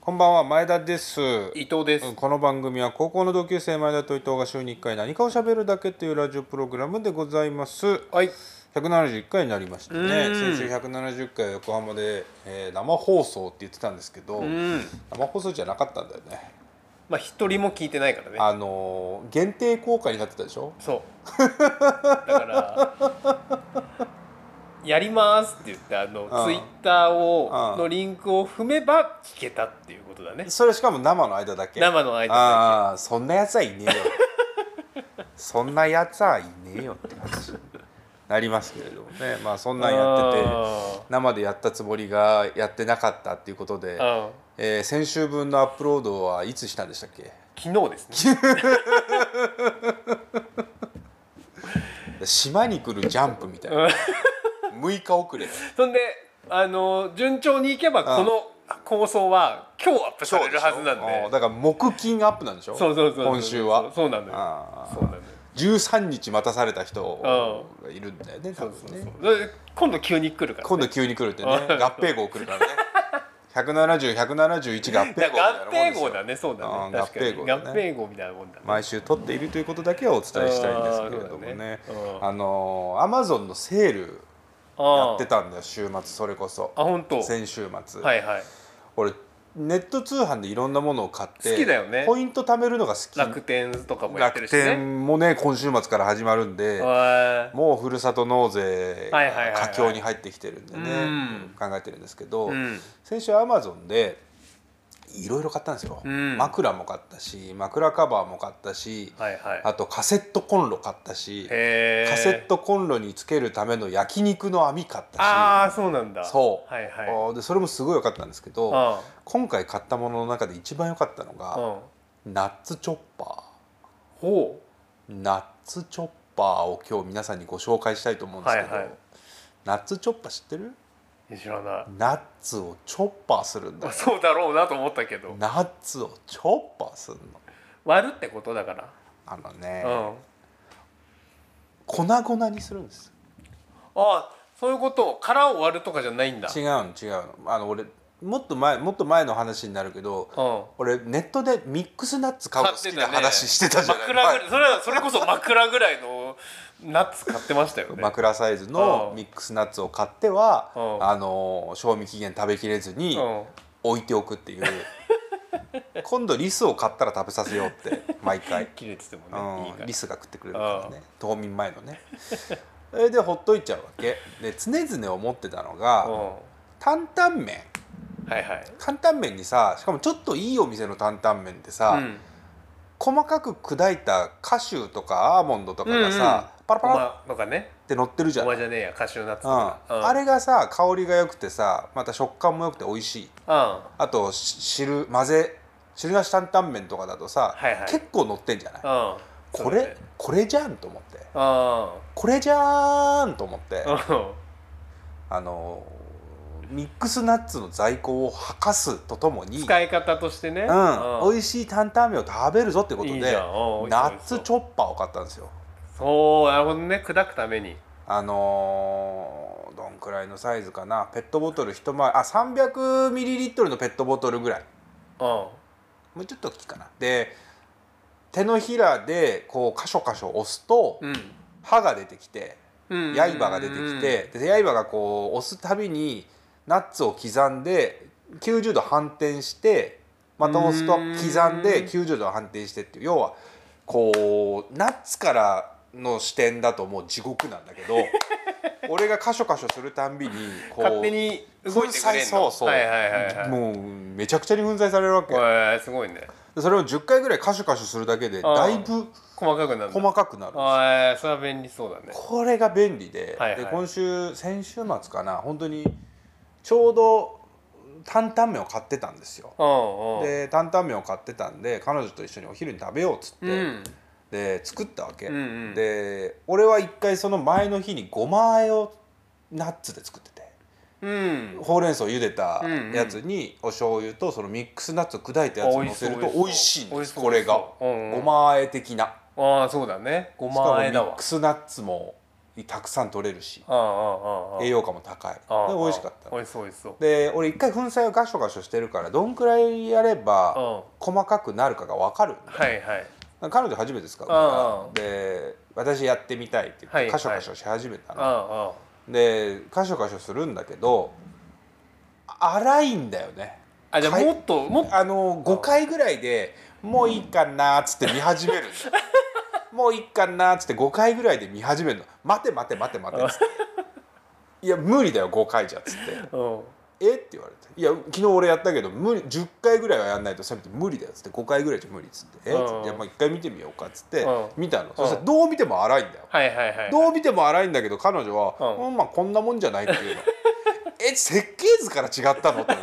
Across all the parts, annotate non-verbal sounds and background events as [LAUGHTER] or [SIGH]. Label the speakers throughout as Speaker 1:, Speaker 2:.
Speaker 1: こんばんは前田です
Speaker 2: 伊藤です、
Speaker 1: うんこの番組は高校の同級生前田と伊藤が週に1回何かを喋るだけというラジオプログラムでございます
Speaker 2: はい
Speaker 1: 171回になりましたね
Speaker 2: うん
Speaker 1: 先週170回横浜で、えー生放送って言ってたんですけど
Speaker 2: うん
Speaker 1: 生放送じゃなかったんだよね
Speaker 2: まあ一人も聞いてないからね
Speaker 1: あのー限定公開になってたでしょ
Speaker 2: そ
Speaker 1: [LAUGHS]
Speaker 2: うだから「やります」って言ってあの
Speaker 1: うん
Speaker 2: ツイッター
Speaker 1: う
Speaker 2: を
Speaker 1: ん
Speaker 2: のリンクを踏めば聞けたっていうことだね
Speaker 1: それしかも生の間だけ
Speaker 2: 生の間
Speaker 1: ああそんなやつはい
Speaker 2: [LAUGHS]
Speaker 1: ねえよそんなやつはいねえよって話になりますけれどもねまあそんなんやってて生でやったつもりがやってなかったっていうことで、
Speaker 2: うん
Speaker 1: えー先週分のアップロードはいつしたんでしたっけ
Speaker 2: 昨日ですね
Speaker 1: 島に来るジャンプみたい
Speaker 2: [LAUGHS]
Speaker 1: な6日遅れ
Speaker 2: そんであの順調にいけばこの放送は今日アップされるはずなん
Speaker 1: あー
Speaker 2: で
Speaker 1: だから木金アップなんでしょ
Speaker 2: そうそうそうそう
Speaker 1: 今週は
Speaker 2: そうなのよ
Speaker 1: あ
Speaker 2: そうなのよ
Speaker 1: ー13日待たされた人がいるんだよね多
Speaker 2: そう
Speaker 1: 分ね
Speaker 2: そうそうで今度急に来るから
Speaker 1: 今度急に来るってね
Speaker 2: [LAUGHS] あ
Speaker 1: 合併号来るからね170171合併号みたいな
Speaker 2: 合
Speaker 1: もんで
Speaker 2: 併
Speaker 1: すよ
Speaker 2: 号だねそうだ
Speaker 1: あ
Speaker 2: ね
Speaker 1: ー
Speaker 2: 確かに
Speaker 1: 合併号
Speaker 2: 合
Speaker 1: だね
Speaker 2: 併号みたいなもんだね
Speaker 1: 毎週取っているということだけはお伝えしたいんですけれどもね
Speaker 2: あーそうだねうん
Speaker 1: あのアマゾンのセールや
Speaker 2: や
Speaker 1: ってたんだよ週末それこそ
Speaker 2: あ本当
Speaker 1: 先週末、
Speaker 2: はいはい
Speaker 1: 俺ネット通販でいろんなものを買って
Speaker 2: 好きだよね
Speaker 1: ポイント貯めるのが好き
Speaker 2: 楽天とかもやってる
Speaker 1: 楽
Speaker 2: しね
Speaker 1: 天もね今週末から始まるんで
Speaker 2: はい
Speaker 1: もうふるさと納税
Speaker 2: はいはいはいはい
Speaker 1: 佳境に入ってきてるんでね、
Speaker 2: うん
Speaker 1: 考えてるんですけど、
Speaker 2: うん
Speaker 1: 先週アマゾンでいろいろ買ったんですよ、
Speaker 2: うん
Speaker 1: 枕も買ったし枕カバーも買ったし、
Speaker 2: はいはい
Speaker 1: あとカセットコンロ買ったし
Speaker 2: へー
Speaker 1: カセットコンロにつけるための焼肉の網買った
Speaker 2: ああそうなんだ
Speaker 1: しそう、
Speaker 2: はいはい
Speaker 1: あーでそれもすごい良かったんですけど、
Speaker 2: あ
Speaker 1: 今回買ったものの中で一番良かったの
Speaker 2: う
Speaker 1: が、
Speaker 2: ん
Speaker 1: ナッツチョッパ
Speaker 2: ほ
Speaker 1: ーナッツチョッパーを今日皆さんにご紹介したいと思うんですけど、
Speaker 2: はいはい
Speaker 1: ナッツチョッパー知ってる
Speaker 2: う知らない
Speaker 1: ナッツをチョッパーするんだ
Speaker 2: まあ
Speaker 1: よ
Speaker 2: そうだろうなと思ったけど
Speaker 1: ナッツをチョッパーするの
Speaker 2: 割るってことだから
Speaker 1: あのね、
Speaker 2: うん
Speaker 1: 粉々にするんです
Speaker 2: あそういうこと殻を割るとかじゃないんだ
Speaker 1: 違うの違うのあの俺もっと前もっと前の話になるけど、
Speaker 2: うん
Speaker 1: 俺ネットでミックスナッツ買うの好きな話してたじゃない
Speaker 2: 枕ぐら
Speaker 1: はい
Speaker 2: いそれはそれこそ枕ぐらいのナッツ買ってましたよね
Speaker 1: 枕サイズの
Speaker 2: うん
Speaker 1: ミックスナッツを買っては、
Speaker 2: うん
Speaker 1: あの賞味期限食べきれずに
Speaker 2: うん
Speaker 1: 置いておく
Speaker 2: [LAUGHS]
Speaker 1: っていう、今度リスを買ったら食べさせようって毎
Speaker 2: [LAUGHS]
Speaker 1: 回、
Speaker 2: 切れててもねいいか
Speaker 1: うん、
Speaker 2: ら
Speaker 1: リスが食ってくれるからね冬眠前のねそれでほっといちゃうわけで常々思ってたの
Speaker 2: う
Speaker 1: が
Speaker 2: ん
Speaker 1: 担々麺
Speaker 2: はいはい
Speaker 1: 担々麺にさしかもちょっといいお店の担々麺ってさ、
Speaker 2: うん
Speaker 1: 細かく砕いたカシューとかアーモンドとかがさ、パラ
Speaker 2: お
Speaker 1: パラ
Speaker 2: まとかね
Speaker 1: って乗ってるじゃ
Speaker 2: お
Speaker 1: ん、う
Speaker 2: ま
Speaker 1: ん
Speaker 2: じゃねえやカシューナッツとか
Speaker 1: あれがさ香りが良くてさまた食感も良くて美味しい
Speaker 2: うんは
Speaker 1: あとし汁混ぜ汁なし担々麺とかだとさ、
Speaker 2: はいはい
Speaker 1: 結構乗ってんじゃない、
Speaker 2: うん
Speaker 1: こ
Speaker 2: そうだ
Speaker 1: れ
Speaker 2: ね
Speaker 1: これじゃんと思って
Speaker 2: う
Speaker 1: これじゃーんと思って、[LAUGHS]
Speaker 2: んうん
Speaker 1: あのーミックスナッツの在庫を吐かすとともに
Speaker 2: 使い方としてね
Speaker 1: うん、
Speaker 2: い
Speaker 1: 美味しい担々麺を食べるぞってことで
Speaker 2: いいじゃんうん
Speaker 1: ナッ
Speaker 2: 美味しそう
Speaker 1: ツチョッパーを買ったんですよ
Speaker 2: そうなるほどね砕くために
Speaker 1: あのーどんくらいのサイズかなペットボトル一回りあ300ミリリットルのペットボトルぐらい
Speaker 2: うん
Speaker 1: もうちょっと大きいかなで手のひらでこうカショカショ押すと
Speaker 2: うん
Speaker 1: 歯が出てきて
Speaker 2: うん
Speaker 1: 刃が出てきてで刃がこう押すたびにナッツを刻んで90度反転してまた押すと
Speaker 2: うん
Speaker 1: 刻んで90度反転してっていう要はこうナッツからの視点だともう地獄なんだけ
Speaker 2: [LAUGHS]
Speaker 1: ど俺がカショカショするたんびにこう
Speaker 2: 勝手に動いてく
Speaker 1: 粉
Speaker 2: れる
Speaker 1: 砕そうそう、
Speaker 2: はいはいはいはい
Speaker 1: もうめちゃくちゃに粉砕されるわけ
Speaker 2: へえすごいね
Speaker 1: でそれを10回ぐらいカショカショするだけでだいぶ
Speaker 2: 細かくなるんだ
Speaker 1: 細かくなるんですよ
Speaker 2: あーそれは便利そうだね
Speaker 1: これが便利で,、
Speaker 2: はいはい
Speaker 1: で今週先週末かな本当にちょうど担々麺を買ってたんですよ。
Speaker 2: うんうん
Speaker 1: で担々麺を買ってたんで彼女と一緒にお昼に食べようっつって、
Speaker 2: うん
Speaker 1: で作ったわけ、
Speaker 2: うんうん
Speaker 1: で俺は一回その前の日にごま和えをナッツで作ってて
Speaker 2: うん
Speaker 1: ほうれん草を茹でた
Speaker 2: うんうん
Speaker 1: やつにお醤油とそのミックスナッツを砕いたやつを乗せると美味しいん
Speaker 2: 美
Speaker 1: で
Speaker 2: 味し
Speaker 1: す
Speaker 2: そう
Speaker 1: これが
Speaker 2: 美味しそううんう
Speaker 1: ご
Speaker 2: ん
Speaker 1: ま和え的な
Speaker 2: ああそうだねご
Speaker 1: しか
Speaker 2: ま
Speaker 1: も
Speaker 2: 和
Speaker 1: ミ
Speaker 2: えだ
Speaker 1: ッ
Speaker 2: わ
Speaker 1: クスナッツもたくさん取れるし
Speaker 2: ああああ
Speaker 1: 栄養価も高いで
Speaker 2: あ
Speaker 1: 美
Speaker 2: あ
Speaker 1: 味しかった
Speaker 2: 美味しそう美味しそう
Speaker 1: で俺一回粉砕をガショガショしてるからどんくらいやれ
Speaker 2: うん
Speaker 1: ば細かくなるかが分かる
Speaker 2: はいはい
Speaker 1: 彼女初めて使う
Speaker 2: あ
Speaker 1: か
Speaker 2: あ
Speaker 1: らで私やってみたいって言っ
Speaker 2: はい
Speaker 1: てカショカショし始めたの、
Speaker 2: あ
Speaker 1: でカショカショするんだけど荒いんだよね
Speaker 2: ああじゃあ
Speaker 1: かい
Speaker 2: もっともっと
Speaker 1: あの5回ぐらいでもういいかなっつって見始めるん
Speaker 2: [LAUGHS]
Speaker 1: だよもういいかなっつって5回ぐらいで見始めるの待て待て待て待て
Speaker 2: [LAUGHS]
Speaker 1: っつっていや無理だよ5回じゃっつって
Speaker 2: うん
Speaker 1: えって言われて「いや昨日俺やったけど無理10回ぐらいはやんないとせめて無理だよ」っつって「5回ぐらいじゃ無理」っつって「えっ?」
Speaker 2: うん
Speaker 1: じゃあまあ1回見てみようか」っつって
Speaker 2: うん
Speaker 1: 見たのそしたらどう見ても荒いんだよ
Speaker 2: はいはいはい
Speaker 1: どう見ても荒いんだけど彼女は「
Speaker 2: うん
Speaker 1: うんまあこんなもんじゃない」っていうの [LAUGHS] え設計図から違ったのと思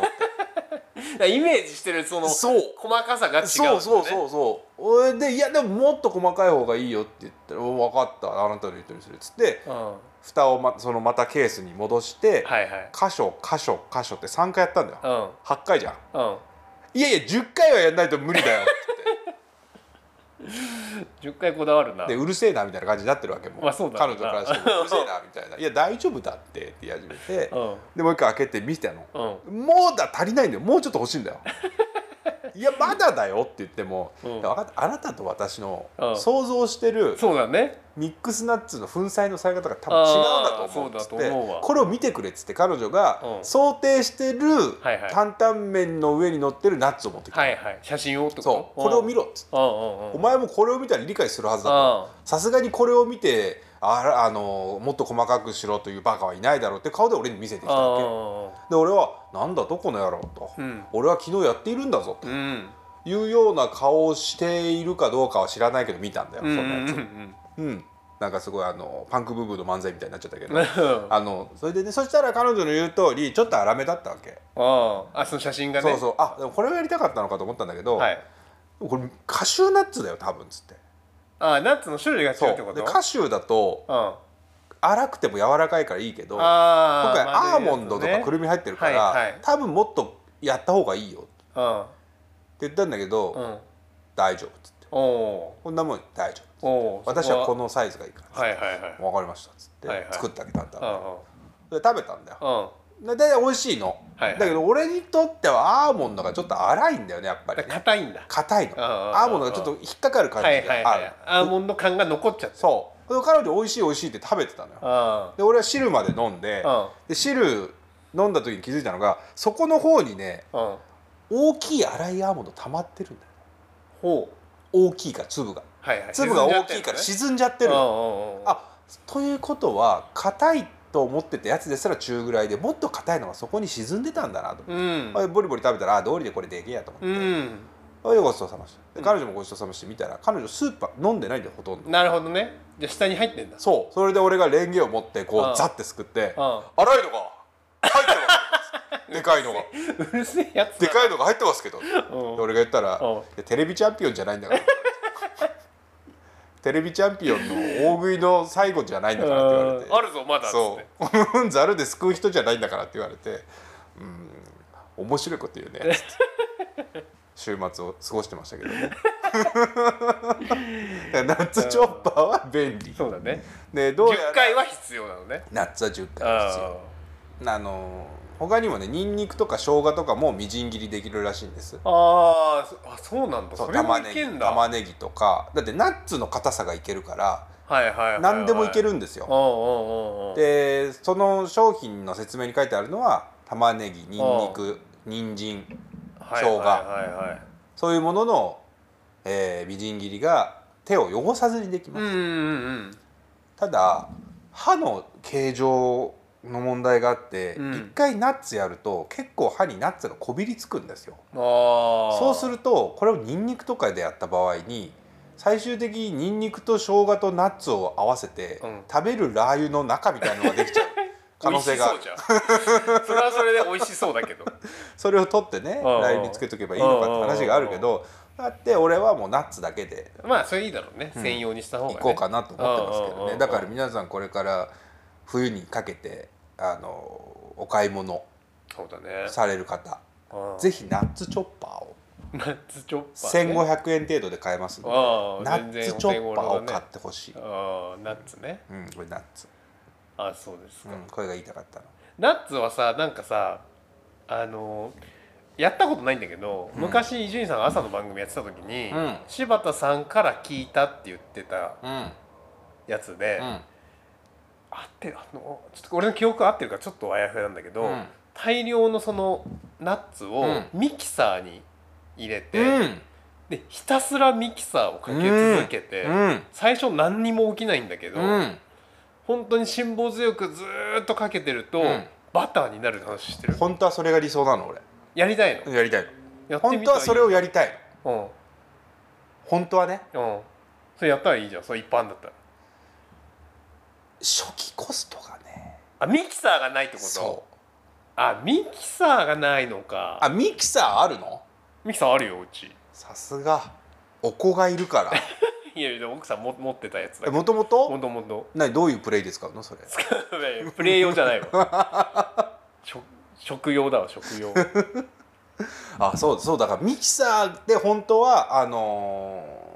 Speaker 1: って
Speaker 2: だからイメージしてるそ
Speaker 1: [LAUGHS]
Speaker 2: の
Speaker 1: そう
Speaker 2: 細かさが違う
Speaker 1: そうそう
Speaker 2: う
Speaker 1: そうそうおいで「いやでももっと細かい方がいいよ」って言ったら「分かったあなたの言うとりする」っつって
Speaker 2: うんは
Speaker 1: 蓋をまそのまたケースに戻して
Speaker 2: いはい
Speaker 1: 箇所箇所箇所って3回やったんだよ
Speaker 2: うんうん
Speaker 1: 8回じゃん
Speaker 2: 10
Speaker 1: いやいや10回はやんないと無理だよって言って
Speaker 2: 回こだわるな [LAUGHS]
Speaker 1: でうるせえなみたいな感じになってるわけもう
Speaker 2: まあそうだ
Speaker 1: 彼
Speaker 2: ろうな
Speaker 1: 女からして
Speaker 2: [LAUGHS]
Speaker 1: もうるせえなみたいな「いや大丈夫だって」って言い始めて
Speaker 2: うん
Speaker 1: でもう一回開けて見てたの
Speaker 2: うん
Speaker 1: 「もうだ足りないんだよもうちょっと欲しいんだ
Speaker 2: [LAUGHS]
Speaker 1: よ」「いやまだだよ」って言っても「
Speaker 2: うん
Speaker 1: いや分かったあなたと私の
Speaker 2: うん
Speaker 1: 想像してる
Speaker 2: そうだね
Speaker 1: ミックスナッツの粉砕のされ方が多分違うんだと思う」っ
Speaker 2: あー
Speaker 1: つっ
Speaker 2: そうだ
Speaker 1: て
Speaker 2: と思うわ
Speaker 1: これを見てくれ」っつって彼女が
Speaker 2: うん
Speaker 1: 想定してる
Speaker 2: はいはい
Speaker 1: 担々麺の上に乗ってるナッツを持ってきた
Speaker 2: はいはい写真をってこと
Speaker 1: そうこれを見
Speaker 2: ろ
Speaker 1: ろっつって。
Speaker 2: うんうんうん
Speaker 1: お前もこれを見たら理解するはずだとさすがにこれを見てあらあのもっと細かくしろというバカはいないだろうって顔で俺に見せてきたわけで俺は「なんだどこの野郎」と
Speaker 2: うんうん
Speaker 1: 「俺は昨日やっているんだぞ」と
Speaker 2: うん
Speaker 1: いうような顔をしているかどうかは知らないけど見たんだよ、
Speaker 2: うんうん
Speaker 1: そんなや
Speaker 2: う
Speaker 1: つ
Speaker 2: ん
Speaker 1: うん、なんかすごいあのパンクブーブーの漫才みたいになっちゃったけ
Speaker 2: うん
Speaker 1: どあのそれでねそしたら彼女の言う通りちょっと荒めだったわけ、
Speaker 2: ああその写真がね
Speaker 1: そうそうあでもこれをやりたかったのかと思ったんだけど、
Speaker 2: はい
Speaker 1: これカシューナッツだよ多分っつって
Speaker 2: ああナッツの種類が
Speaker 1: そ
Speaker 2: 違うってこ
Speaker 1: う
Speaker 2: と
Speaker 1: でカシューだと
Speaker 2: うんあ
Speaker 1: 粗くても柔らかいからいいけど今
Speaker 2: あ
Speaker 1: 回アーモンドとかく
Speaker 2: る
Speaker 1: るみ入ってるから、
Speaker 2: はいはい
Speaker 1: 多分もっとやった方がいいよって
Speaker 2: うん
Speaker 1: 言ったんだけど、
Speaker 2: うん
Speaker 1: 大丈夫っつって
Speaker 2: おお
Speaker 1: こんなもん大丈
Speaker 2: ーお
Speaker 1: 夫私はこ
Speaker 2: の
Speaker 1: のサイズがいいから、
Speaker 2: はいはいはい
Speaker 1: わかりましたっつって、
Speaker 2: はいはい
Speaker 1: 作ってあげたんだ、
Speaker 2: う
Speaker 1: で食べたんだよ
Speaker 2: んうんうん
Speaker 1: で大体美味しいの、
Speaker 2: はいはい
Speaker 1: だけど俺にとってはアーモンドがちょっと粗いんだよねやっぱ
Speaker 2: だ
Speaker 1: り
Speaker 2: から
Speaker 1: ね
Speaker 2: 硬いんだ
Speaker 1: 硬いの
Speaker 2: うんうんうんうん
Speaker 1: アーモンドがちょっと引っかかる感じ
Speaker 2: は
Speaker 1: であ
Speaker 2: い
Speaker 1: る、
Speaker 2: はいはいアーモンド感が残っちゃって
Speaker 1: そうで彼女美味しい美味しいって食べてたのよ
Speaker 2: あ
Speaker 1: で俺は汁まで飲んで、
Speaker 2: あ
Speaker 1: で汁飲んだ時に気づいたのがそこの方にね
Speaker 2: うんうん
Speaker 1: 大きい粗いアーモンド溜まってるんだよ
Speaker 2: ほう
Speaker 1: 大きいから粒が
Speaker 2: はいはい
Speaker 1: 粒が大きいから
Speaker 2: 沈ん
Speaker 1: 沈んじゃっ
Speaker 2: じ
Speaker 1: て
Speaker 2: ゃ
Speaker 1: る
Speaker 2: ってるのねうんうんうん
Speaker 1: あということは硬いと思ってたやつですら中ぐらいでもっと硬いのがそこに沈んでたんだなと思って
Speaker 2: うん
Speaker 1: あボリボリ食べたらあ通りでこれでけえやと思って、
Speaker 2: うん
Speaker 1: あでごちそうさまでしたで彼女もごちそうさまして見たら彼女スーパー飲んでないんだよほとんど
Speaker 2: なるほどねじゃあ下に入ってんだ
Speaker 1: そうそれで俺がレンゲを持ってこ
Speaker 2: うん
Speaker 1: うザッてすくって「
Speaker 2: う
Speaker 1: 粗いのが入ってます」
Speaker 2: [LAUGHS]
Speaker 1: でかいのが
Speaker 2: んうるせえやつ
Speaker 1: で
Speaker 2: だ
Speaker 1: かいのが入ってますけど
Speaker 2: うん
Speaker 1: で俺が言ったら
Speaker 2: うん
Speaker 1: いや「テレビチャンピオンじゃないんだから」 [LAUGHS] テレビチャンピオンの大食いの最後じゃないんだから」って言われて
Speaker 2: あるぞまだっつっ
Speaker 1: そ
Speaker 2: て
Speaker 1: う [LAUGHS] うん「ざるですくう人じゃないんだから」って言われて「うん面白いこと言うね」つって週末を過ごしてましたけどね [LAUGHS] ナッツチョッパーは便利
Speaker 2: そうだね
Speaker 1: でどうや
Speaker 2: 10
Speaker 1: ら
Speaker 2: 回は必要なのね
Speaker 1: ナッツは10回は必
Speaker 2: あ
Speaker 1: 要あの他にもねニンニクとか生姜とかもみじん切りできるらしいんです
Speaker 2: ーあーそあそうなんだ
Speaker 1: そ
Speaker 2: そうれも
Speaker 1: 玉
Speaker 2: い
Speaker 1: ね
Speaker 2: けん
Speaker 1: ぎ
Speaker 2: だは
Speaker 1: 玉ねぎとかだってナッツの硬さがいけるから
Speaker 2: いはいはいはい
Speaker 1: 何でもいけるんです
Speaker 2: うんう
Speaker 1: よ。
Speaker 2: んうんうん
Speaker 1: でその商品の説明に書いてあるのは玉ねぎにんにく人参
Speaker 2: はい
Speaker 1: 生姜
Speaker 2: はいはいはい
Speaker 1: そういうものの、えーみじん切りが手を汚さずにできま
Speaker 2: う
Speaker 1: す。
Speaker 2: んうんうん
Speaker 1: ただ歯の形状の問題があって一、
Speaker 2: うん
Speaker 1: 回ナッツやると結構歯にナッツがこびりつくんですよ。
Speaker 2: ああ
Speaker 1: そうするとこれをニンニクとかでやった場合に最終的にニンニクと生姜とナッツを合わせて、
Speaker 2: うん
Speaker 1: 食べるラー油の中みたいなのができ
Speaker 2: [LAUGHS]
Speaker 1: ちゃう可能性がある
Speaker 2: 美味しそうじゃんそれはそれで美味しそうだ
Speaker 1: [LAUGHS]
Speaker 2: けど
Speaker 1: それを取ってねラ
Speaker 2: ん
Speaker 1: ー油につけとけばいいのかって話があるけどだって俺はもうナッツだけで
Speaker 2: まあそれいいだろうね専用にした方が
Speaker 1: い
Speaker 2: ね
Speaker 1: こうかなと思ってますけ
Speaker 2: うんうん
Speaker 1: ど
Speaker 2: うんう
Speaker 1: ね
Speaker 2: ん
Speaker 1: だから皆さんこれから冬にかけてあのお買い物
Speaker 2: そうだね
Speaker 1: される方
Speaker 2: うん
Speaker 1: ぜひナッツチョッパーを
Speaker 2: ナッツチョッパーね
Speaker 1: 1500円程度で買えますので
Speaker 2: ああ
Speaker 1: ナッツチョッパーを買ってほしい。
Speaker 2: ああナッツね
Speaker 1: うん、これナッツ。
Speaker 2: あそうですか、
Speaker 1: うん、これが言いたかったの
Speaker 2: ナッツはさなんかさあのやったことないんだけど、
Speaker 1: うん
Speaker 2: 昔伊集院さんが朝の番組やってた時に、
Speaker 1: うん
Speaker 2: 柴田さんから聞いたって言ってた
Speaker 1: うん
Speaker 2: やつで、
Speaker 1: うん
Speaker 2: 合ってるあのちょっと俺の記憶合ってるかちょっとあやふやなんだけど、
Speaker 1: うん
Speaker 2: 大量のそのナッツを
Speaker 1: う
Speaker 2: ミキサーに入れて、
Speaker 1: うん
Speaker 2: でひたすらミキサーをかけ続けて、
Speaker 1: うん
Speaker 2: 最初何にも起きないんだけど、
Speaker 1: うん
Speaker 2: 本当に辛抱強くずーっとかけてると、
Speaker 1: うん
Speaker 2: バターになる話してる
Speaker 1: 本当はそれが理想なの俺
Speaker 2: やりたいの
Speaker 1: やりたいの
Speaker 2: やってみたい
Speaker 1: 本当はそれをやりたいの
Speaker 2: うんうん
Speaker 1: 本当はね
Speaker 2: それやったらいいじゃんそれ一般だったら
Speaker 1: 初期コストがね
Speaker 2: あミキサーがないってこと
Speaker 1: そう
Speaker 2: あミキサーがないのか
Speaker 1: あミキサーあるの
Speaker 2: ミキサーあるようち
Speaker 1: さすがお子がいるから
Speaker 2: いやいや奥さんも持ってたやつ
Speaker 1: え
Speaker 2: だ [LAUGHS] けど
Speaker 1: もとも
Speaker 2: も
Speaker 1: と
Speaker 2: ともと [LAUGHS]
Speaker 1: 何どういうプレイで使うのそれ
Speaker 2: プレイ用じゃないわ
Speaker 1: [LAUGHS]
Speaker 2: 食食用だわ食用
Speaker 1: あそうそうだからミキサーで本当はあのー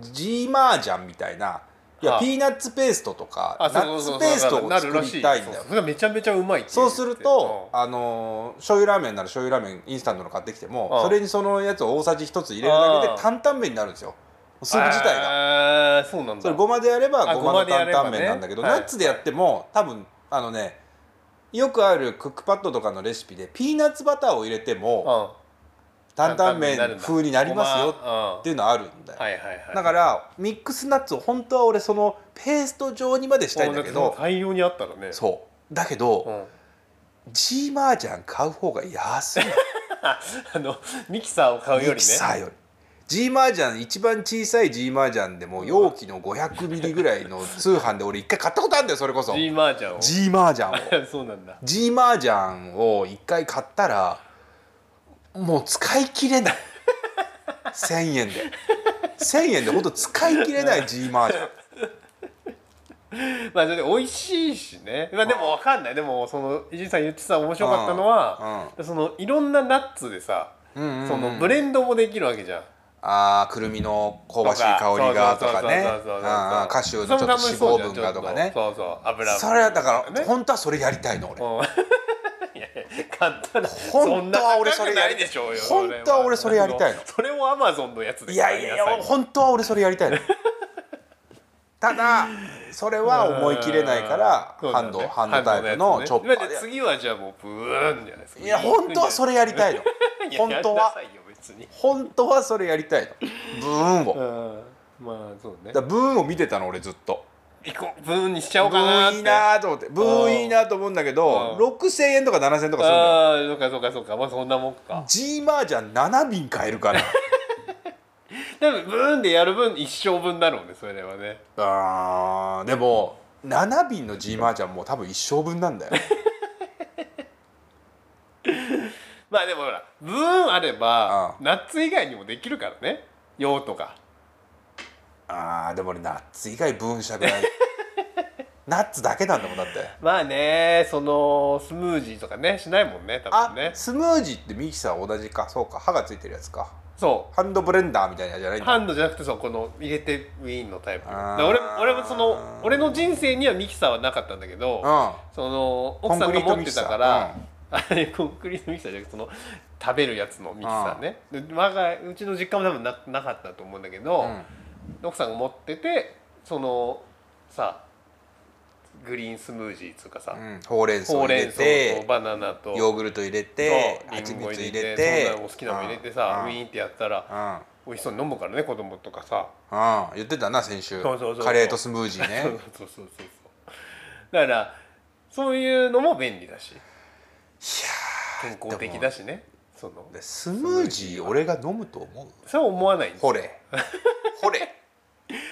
Speaker 1: ジーマージャンみたいないや
Speaker 2: はあ
Speaker 1: ピーナッツペーストとかナッツペーストを
Speaker 2: なる
Speaker 1: 作
Speaker 2: らし
Speaker 1: りたいん
Speaker 2: そう
Speaker 1: だよ
Speaker 2: それがめちゃめちゃうまいって言
Speaker 1: そ
Speaker 2: っ
Speaker 1: う
Speaker 2: て
Speaker 1: すると、あのー醤油ラーメンなら醤油ラーメンインスタントの買ってきても、
Speaker 2: うん
Speaker 1: それにそのやつを大さじ1つ入れるだけ
Speaker 2: あ
Speaker 1: で
Speaker 2: ー
Speaker 1: 担々麺になるんですよス
Speaker 2: うん
Speaker 1: ープ自体が
Speaker 2: がそうなんだ
Speaker 1: それごまでやれば
Speaker 2: あ
Speaker 1: ごまの
Speaker 2: ごまでや
Speaker 1: 担
Speaker 2: れば
Speaker 1: 々麺なんだけど、
Speaker 2: ね
Speaker 1: ナッツでやっても多分あのねよくあるクックパッドとかのレシピでピーナッツバターを入れても、
Speaker 2: うん
Speaker 1: 担々麺風になりますよ
Speaker 2: よ
Speaker 1: っていうのはあるんだよ、
Speaker 2: はいはいはい
Speaker 1: だからミックスナッツを本当は俺そのペースト状にまでしたいんだけ
Speaker 2: もう
Speaker 1: ど
Speaker 2: って大量にあったらね
Speaker 1: そうだけ
Speaker 2: う
Speaker 1: ど、
Speaker 2: ん
Speaker 1: ジーマージャン買う方が安い
Speaker 2: [LAUGHS] あのミキサーを買うより
Speaker 1: ミ
Speaker 2: ね
Speaker 1: キサーより。ジーマージャン一番小さいジーマージャンでも容器の500ミリぐらいの通販で俺一回買ったことあるんだよそれこそ
Speaker 2: ジ
Speaker 1: ジ
Speaker 2: ーマージャンを
Speaker 1: ーマージャンを
Speaker 2: [LAUGHS] そうなんだ
Speaker 1: ジーマージャンを一回買ったらもう使い切れない1,000円で1,000円でほんと使い切れないジーマージャン
Speaker 2: まあそれで美味しいしねまあでもわかんないでもその伊集院さん言ってた面白かったのは、そのいろんなナッツでさ、
Speaker 1: うんうんうん
Speaker 2: そのブレンドもできるわけじゃん
Speaker 1: あーくるみの香ばしい香りがとかね
Speaker 2: そうそうそうそうそう
Speaker 1: あーカシューのちょっと脂肪分がとかね
Speaker 2: そうそう油分
Speaker 1: それはだから
Speaker 2: ね
Speaker 1: 本当はそれやりたいの俺
Speaker 2: うん [LAUGHS] いやいや簡単な
Speaker 1: 本当は俺それやり
Speaker 2: そんな高くないでしょうよ
Speaker 1: 本当は俺それやりたいの
Speaker 2: それをアマゾンのやつで
Speaker 1: いやいやいや本当は俺それやりたい
Speaker 2: [LAUGHS]
Speaker 1: のただそれは思い切れないから
Speaker 2: そう
Speaker 1: ハ
Speaker 2: だ
Speaker 1: ン
Speaker 2: ね
Speaker 1: ド、ハンドタイプのチョッパ
Speaker 2: ハンドのやつね
Speaker 1: ー
Speaker 2: で
Speaker 1: で
Speaker 2: 次はじゃあもうブーンじゃないですか
Speaker 1: いや本当はそれやりたいの
Speaker 2: [LAUGHS] いや
Speaker 1: 本当は
Speaker 2: やりなさいよ別に
Speaker 1: 本当はそれやりたいのブーンを
Speaker 2: う
Speaker 1: だか
Speaker 2: んまあそうね
Speaker 1: らブーンを見てたの俺ずっと
Speaker 2: 行こうブーンにしちゃおう
Speaker 1: ブ
Speaker 2: かなー
Speaker 1: ーンい
Speaker 2: って
Speaker 1: いなと思ってブーンいいなと思うんだけど6000円とか7000円とかするんだよ
Speaker 2: ああそうかそうかそうかまあそんなもんか
Speaker 1: G マージャン7瓶買えるから
Speaker 2: [LAUGHS] でもブーンでやる分一生分だろうねそれはね
Speaker 1: あーでも7瓶の G マージャンもう多分一生分なんだよ
Speaker 2: まあでもほらブーンあれば
Speaker 1: う
Speaker 2: ナッツ以外にもできるからね用とか
Speaker 1: あーでも俺ナッツ以外ブーンしたくない
Speaker 2: [LAUGHS]
Speaker 1: ナッツだけなんだもんだって
Speaker 2: まあねそのスムージーとかねしないもんね多
Speaker 1: あ
Speaker 2: 分ね
Speaker 1: スムージーってミキサー同じかそうか歯がついてるやつか
Speaker 2: そう
Speaker 1: ハンドブレンダーみたいなやつじゃないんだ
Speaker 2: ハンドじゃなくてそうこの入れてウィーンのタイプだ
Speaker 1: あー
Speaker 2: から俺も俺もその俺の人生にはミキサーはなかったんだけど、
Speaker 1: う
Speaker 2: その
Speaker 1: コ
Speaker 2: 奥
Speaker 1: ン
Speaker 2: さ
Speaker 1: ク
Speaker 2: ん
Speaker 1: リ
Speaker 2: が
Speaker 1: ート
Speaker 2: 持
Speaker 1: ミ
Speaker 2: っ
Speaker 1: キ
Speaker 2: て
Speaker 1: サー
Speaker 2: たからあれ [LAUGHS] コンクリートミキサーじゃなくてその食べるやつのミキサーね、で我がうちの実家も多分ななかったと思うんだけど、
Speaker 1: ん
Speaker 2: 奥さんが持っててそのさグリーンスムージーっつうかさ、
Speaker 1: ん、うん、ほうれん草
Speaker 2: ほ
Speaker 1: 入
Speaker 2: うれ
Speaker 1: れ
Speaker 2: ん草と
Speaker 1: て
Speaker 2: バナナと
Speaker 1: ヨーグルト入れて
Speaker 2: そうリ
Speaker 1: 蜂
Speaker 2: ンゴ
Speaker 1: 蜜入
Speaker 2: 入
Speaker 1: れ
Speaker 2: れ
Speaker 1: て
Speaker 2: てそんなの好きなの入れてさ、ウィーンってやったら、
Speaker 1: うんうん
Speaker 2: 美味しそうに飲むからね子供とかさ。
Speaker 1: うん言ってたな先週
Speaker 2: そうそうそう
Speaker 1: カレーとスムージー
Speaker 2: そう
Speaker 1: ね
Speaker 2: そうそうそうだからそういうのも便利だし健康的だしねその
Speaker 1: でスムージー俺が飲むと思う
Speaker 2: そう思わないんです
Speaker 1: ほれほれ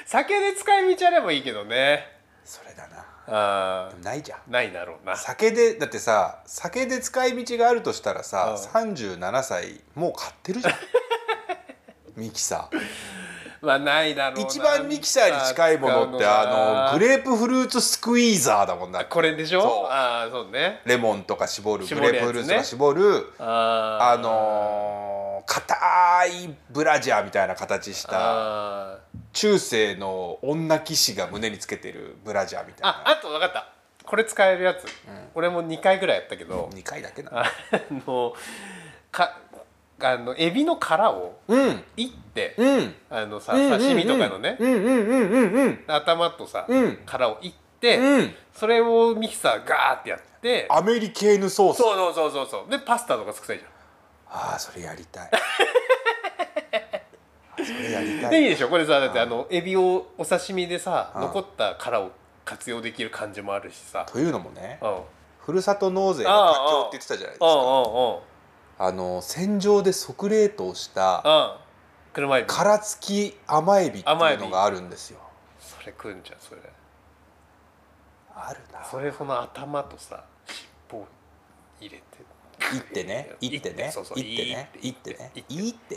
Speaker 2: 酒で使い道あればいいけどね
Speaker 1: それだな
Speaker 2: あ
Speaker 1: でもないじゃん
Speaker 2: ーないだろうな
Speaker 1: 酒でだってさ酒で使い道があるとしたらさ、
Speaker 2: う
Speaker 1: 37歳もう買ってる
Speaker 2: [LAUGHS]
Speaker 1: じゃんミキサー
Speaker 2: まあないだろうな
Speaker 1: 一番ミキサーに近いものってあのグ
Speaker 2: レ
Speaker 1: レープフルーツスクイーザーだもんな
Speaker 2: これでし
Speaker 1: そう
Speaker 2: ょああそうね
Speaker 1: レモンとか絞る
Speaker 2: 絞
Speaker 1: グ
Speaker 2: る
Speaker 1: レー
Speaker 2: やつ
Speaker 1: プフル
Speaker 2: ね
Speaker 1: ーツとか絞る
Speaker 2: あー
Speaker 1: あのー硬いブラジャーみたいな形した
Speaker 2: あー
Speaker 1: 中世の女騎士が胸につけてるブラジャーみたい
Speaker 2: あ
Speaker 1: な
Speaker 2: あと分かったこれ使えるやつ、俺も2回ぐらいやったけど、
Speaker 1: 2回だけな
Speaker 2: あのかあのエビの殻を
Speaker 1: うん
Speaker 2: いって、
Speaker 1: うん
Speaker 2: あのさ刺身とかのね、
Speaker 1: うんうんうんうんうん
Speaker 2: 頭とさ、
Speaker 1: うん
Speaker 2: 殻をいって、
Speaker 1: うん
Speaker 2: それをミキサーガーってやって
Speaker 1: アメリケーヌソース
Speaker 2: そうそうそうそうそうでパスタとか作ったらいいじ
Speaker 1: ああそれやりたいそれやり
Speaker 2: ゃん、
Speaker 1: た
Speaker 2: でいい
Speaker 1: い
Speaker 2: でしょこれさだってあのエビをお刺身でさ
Speaker 1: うん
Speaker 2: 残った殻を活用できる感じもあるしさ
Speaker 1: というのもね
Speaker 2: うんうんうん
Speaker 1: ふるさと納税の
Speaker 2: ああ
Speaker 1: 妥協って言ってたじゃないですか
Speaker 2: うん
Speaker 1: あの戦場で即冷凍した
Speaker 2: うん車エビ
Speaker 1: 殻付き甘エビっていうのがあるんですよ
Speaker 2: それ食うんじゃんそれ
Speaker 1: あるな
Speaker 2: それその頭とさ尻尾を入れて
Speaker 1: いってねいってね
Speaker 2: そうそう
Speaker 1: いってねいってね
Speaker 2: いって
Speaker 1: いって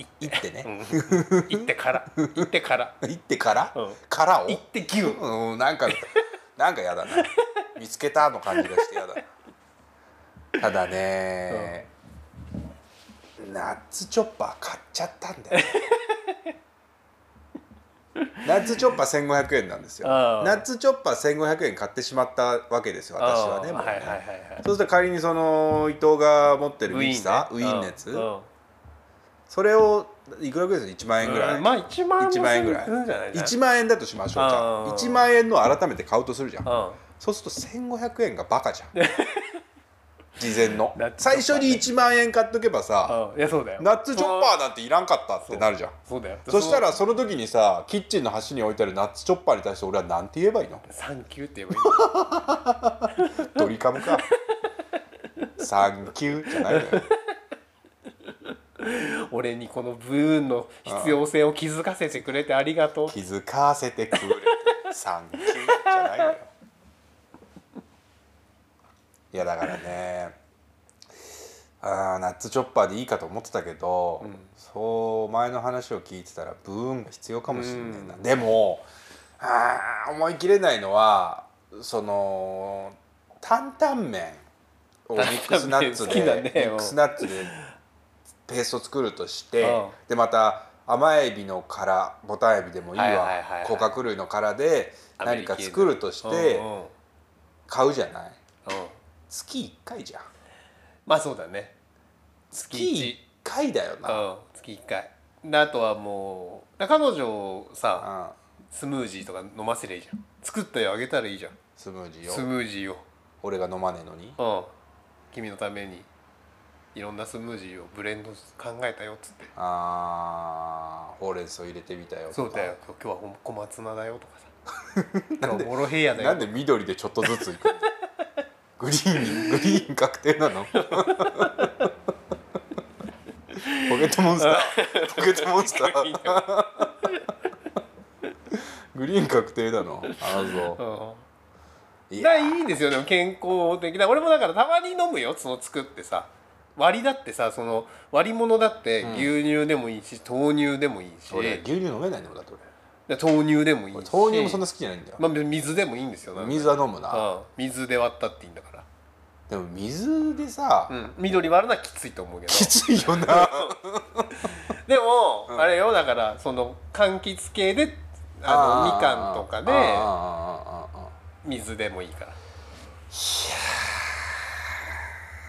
Speaker 2: いっ
Speaker 1: いって
Speaker 2: う
Speaker 1: ね
Speaker 2: んいってからいってから
Speaker 1: いってから
Speaker 2: うん
Speaker 1: 殻を
Speaker 2: いって牛
Speaker 1: うんなん
Speaker 2: [LAUGHS]
Speaker 1: かなんかやだな見つけたの感じがしてやだなただね、ナッツチョッパー買っちゃったんだよ [LAUGHS] ナッツチョッパー1500円なんですよ
Speaker 2: ああ
Speaker 1: ナッツチョッパー1500円買ってしまったわけですよ [LAUGHS] 私はね
Speaker 2: あー
Speaker 1: もうね
Speaker 2: はいはいはいはい
Speaker 1: そうすると仮にその伊藤が持ってるミキサーウィーンのやつ、それをいくらぐらいですか1万円ぐらい、
Speaker 2: まあ一万
Speaker 1: 1万円ぐらい
Speaker 2: するんじゃない
Speaker 1: 1万円だとしましょうじゃん
Speaker 2: あー
Speaker 1: 1万円の改めて買うとするじゃん
Speaker 2: 万
Speaker 1: そうすると1500円がバカじ
Speaker 2: [LAUGHS]
Speaker 1: ゃん事前の
Speaker 2: ナッツチョ
Speaker 1: 最
Speaker 2: ッパーね
Speaker 1: 初に1万円買っとけばさ
Speaker 2: うんうんいやそうだよ
Speaker 1: ナッツチョッパーなんていらんかったってなるじゃん
Speaker 2: そうだよ
Speaker 1: そしたらその時にさキッチンの端に置いてあるナッツチョッパーに対して俺はなんて言え
Speaker 2: [LAUGHS]
Speaker 1: ばいいの
Speaker 2: 「サンキュー」って言えばい
Speaker 1: ドリカムかサンキューじゃないのよ [LAUGHS]
Speaker 2: いの俺にこのブーンの必要性を気づかせてくれてありがとう
Speaker 1: 気づかせてくれてサンキューじゃないのよいやだからねあーナッツチョッパーでいいかと思ってたけど、そう前の話を聞いてたらブーンが必要かもしれないな、でもあー思い切れないのはその担々麺をミックスナッツで、
Speaker 2: 担々麺好きだね
Speaker 1: ミックスナッツでペースト作るとして、
Speaker 2: うん
Speaker 1: でまた甘エビの殻ボタンエビでもいいわ、
Speaker 2: はいはいはいはい
Speaker 1: 甲殻類の殻で何か作るとして
Speaker 2: うんうんうん
Speaker 1: 買うじゃない月1回じゃん
Speaker 2: まあそうだね
Speaker 1: 月1
Speaker 2: 一
Speaker 1: 回だよ
Speaker 2: う
Speaker 1: な、
Speaker 2: ん月1回であとはもう彼女をさ
Speaker 1: うん、
Speaker 2: スムージーとか飲ませりゃいいじゃん作ってあげたらいいじゃん
Speaker 1: スムージ
Speaker 2: ス
Speaker 1: ーを
Speaker 2: ムージーを
Speaker 1: 俺が飲まねえのに
Speaker 2: うん、君のためにいろんなスムージーをブレンド考えたよっつって
Speaker 1: あーほうれん草入れてみたよ
Speaker 2: そうだよ今日はほん小松菜だよと
Speaker 1: [LAUGHS]
Speaker 2: かさ今日はモロヘイヤだよ
Speaker 1: なんで緑でちょっとずつい
Speaker 2: [LAUGHS]
Speaker 1: くのグリーングリーン確定なのポケットモンスタ
Speaker 2: [LAUGHS]
Speaker 1: ーポケットモンスターグリーン確定なのあ
Speaker 2: う
Speaker 1: そ
Speaker 2: ん
Speaker 1: うい
Speaker 2: だか
Speaker 1: や
Speaker 2: らいいですよね健康的だ俺もだからたまに飲むよその作ってさ割りだってさその割り物だって牛乳でもいいし、豆乳でもいいし
Speaker 1: 俺牛乳飲めないのだって
Speaker 2: で豆乳でもいい
Speaker 1: 俺
Speaker 2: し
Speaker 1: 豆乳もそんな好きじゃないんだよ、
Speaker 2: まあ、水でもいいんですよなんか
Speaker 1: 水は飲むな、
Speaker 2: うん、水で割ったっていいんだから、
Speaker 1: でも水でさ、
Speaker 2: うん、緑割るのはきついと思うけど
Speaker 1: きついよな
Speaker 2: [LAUGHS] でも、あれよだからその柑橘系であのみかんとか
Speaker 1: あーあ
Speaker 2: で
Speaker 1: ーあーあーあ
Speaker 2: 水でもいいから
Speaker 1: ー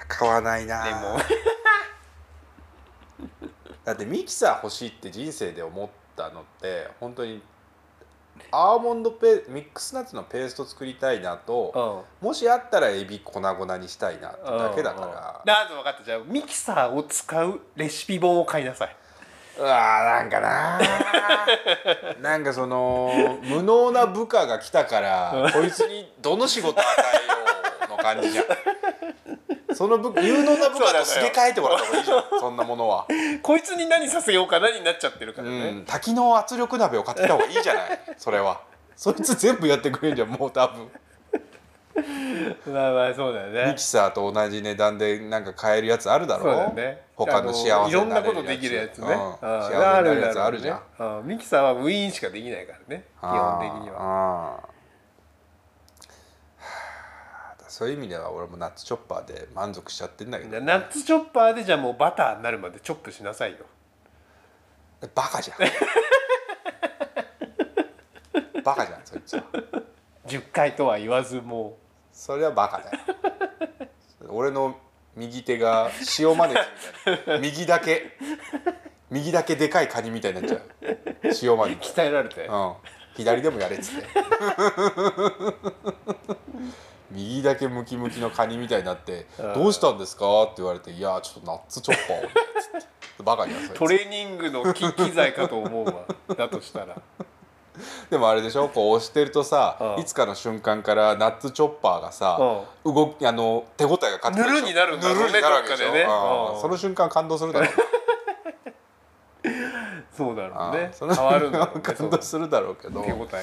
Speaker 1: 買わないな
Speaker 2: レモン
Speaker 1: だってミキサー欲しいって人生で思ったのって本当にアーモンドペミックスナッツのペースト作りたいなと、
Speaker 2: [LAUGHS] うん
Speaker 1: もしあったらエビ粉々にしたいなってだけだ
Speaker 2: うん
Speaker 1: か
Speaker 2: うんあと分かったじゃあミキサーを使うレシピ本を買いなさい
Speaker 1: ら、うわーなんかな
Speaker 2: [LAUGHS]
Speaker 1: ーなんかその無能な部下が来たからこいつにどの仕事与えようの感じじゃんその部有能な部下とすげ替えてもらった方がいいじ
Speaker 2: [LAUGHS]
Speaker 1: ゃんそんなものは。
Speaker 2: こいつに何させようか何になっちゃってるからね、
Speaker 1: うん、多機能圧力鍋を買ってきた方がいいじゃないそれはそいつ全部やってくれるじゃんもう多分
Speaker 2: まあまあそうだよ
Speaker 1: ミ
Speaker 2: ね
Speaker 1: キサーと同じ値段でなんか買えるやつあるだろ
Speaker 2: そうだよね
Speaker 1: 他の幸せになれるやつ
Speaker 2: いろんなことできるやつね、
Speaker 1: うん
Speaker 2: うん
Speaker 1: 幸せに
Speaker 2: あ
Speaker 1: な
Speaker 2: る
Speaker 1: るやつあるじゃん、
Speaker 2: だろうねうんミキサーはウィーンしかできないからね基本的には
Speaker 1: はそういう意味では俺もナッツチョッパーで満足しちゃってんだけど
Speaker 2: ナッツチョッパーでじゃあもうバターになるまでチョップしなさいよ
Speaker 1: バカじゃんバカじゃんそいつは
Speaker 2: 10回とは言わずもう
Speaker 1: それはバカだよ俺の右手が塩マネキみたいな右だけ右だけでかいカニみたいになっちゃう塩マネキ、
Speaker 2: 鍛えられて、
Speaker 1: うん、左でもやれっつって [LAUGHS] 右だけムキムキのカニみたいになって「どうしたんですか?」って言われて「いやちょっとナッツチョッパーを」っつってバカにはそれ
Speaker 2: トレーニングの機機材かと思うわだとしたら
Speaker 1: でもあれでしょこう押してるとさ
Speaker 2: うん
Speaker 1: いつかの瞬間からナッツチョッパーがさ動きあの手応えが勝
Speaker 2: ぬるになるんだろうね
Speaker 1: ぬるになるわけでしょ
Speaker 2: どっかでね
Speaker 1: うん
Speaker 2: うん
Speaker 1: その瞬間感動するだろう
Speaker 2: そうだろうね
Speaker 1: あーそ
Speaker 2: 変
Speaker 1: の
Speaker 2: わるんだろう
Speaker 1: [LAUGHS]
Speaker 2: ね
Speaker 1: 感動するだろうけ
Speaker 2: そ
Speaker 1: ど
Speaker 2: の手応えが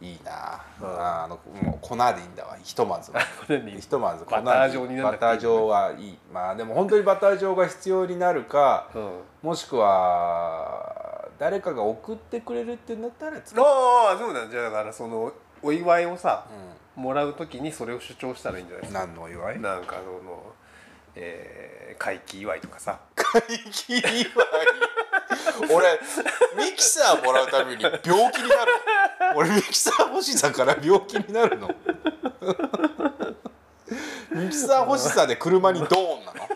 Speaker 1: いいな
Speaker 2: うん
Speaker 1: ああのもう粉でいいんだわひとまずは
Speaker 2: これに
Speaker 1: ひとまず粉で
Speaker 2: バター状になら
Speaker 1: バ
Speaker 2: なくていい
Speaker 1: ター状はいいまあでも本当にバター状が必要になるか
Speaker 2: うん
Speaker 1: もしくは誰かが送ってくれるってなったら使う、
Speaker 2: ああそうなんじゃあだからそのお祝いをさ
Speaker 1: う
Speaker 2: もらうときにそれを主張したらいいんじゃないで
Speaker 1: ん、
Speaker 2: す
Speaker 1: 何のお祝い
Speaker 2: かなんかあの、えー、回帰祝いとかさ
Speaker 1: 怪奇祝い [LAUGHS] 俺ミキサーもらうたびに病気になる俺ミキサー欲しさから病気になるの [LAUGHS] ミキサー欲しさで車にドーンなの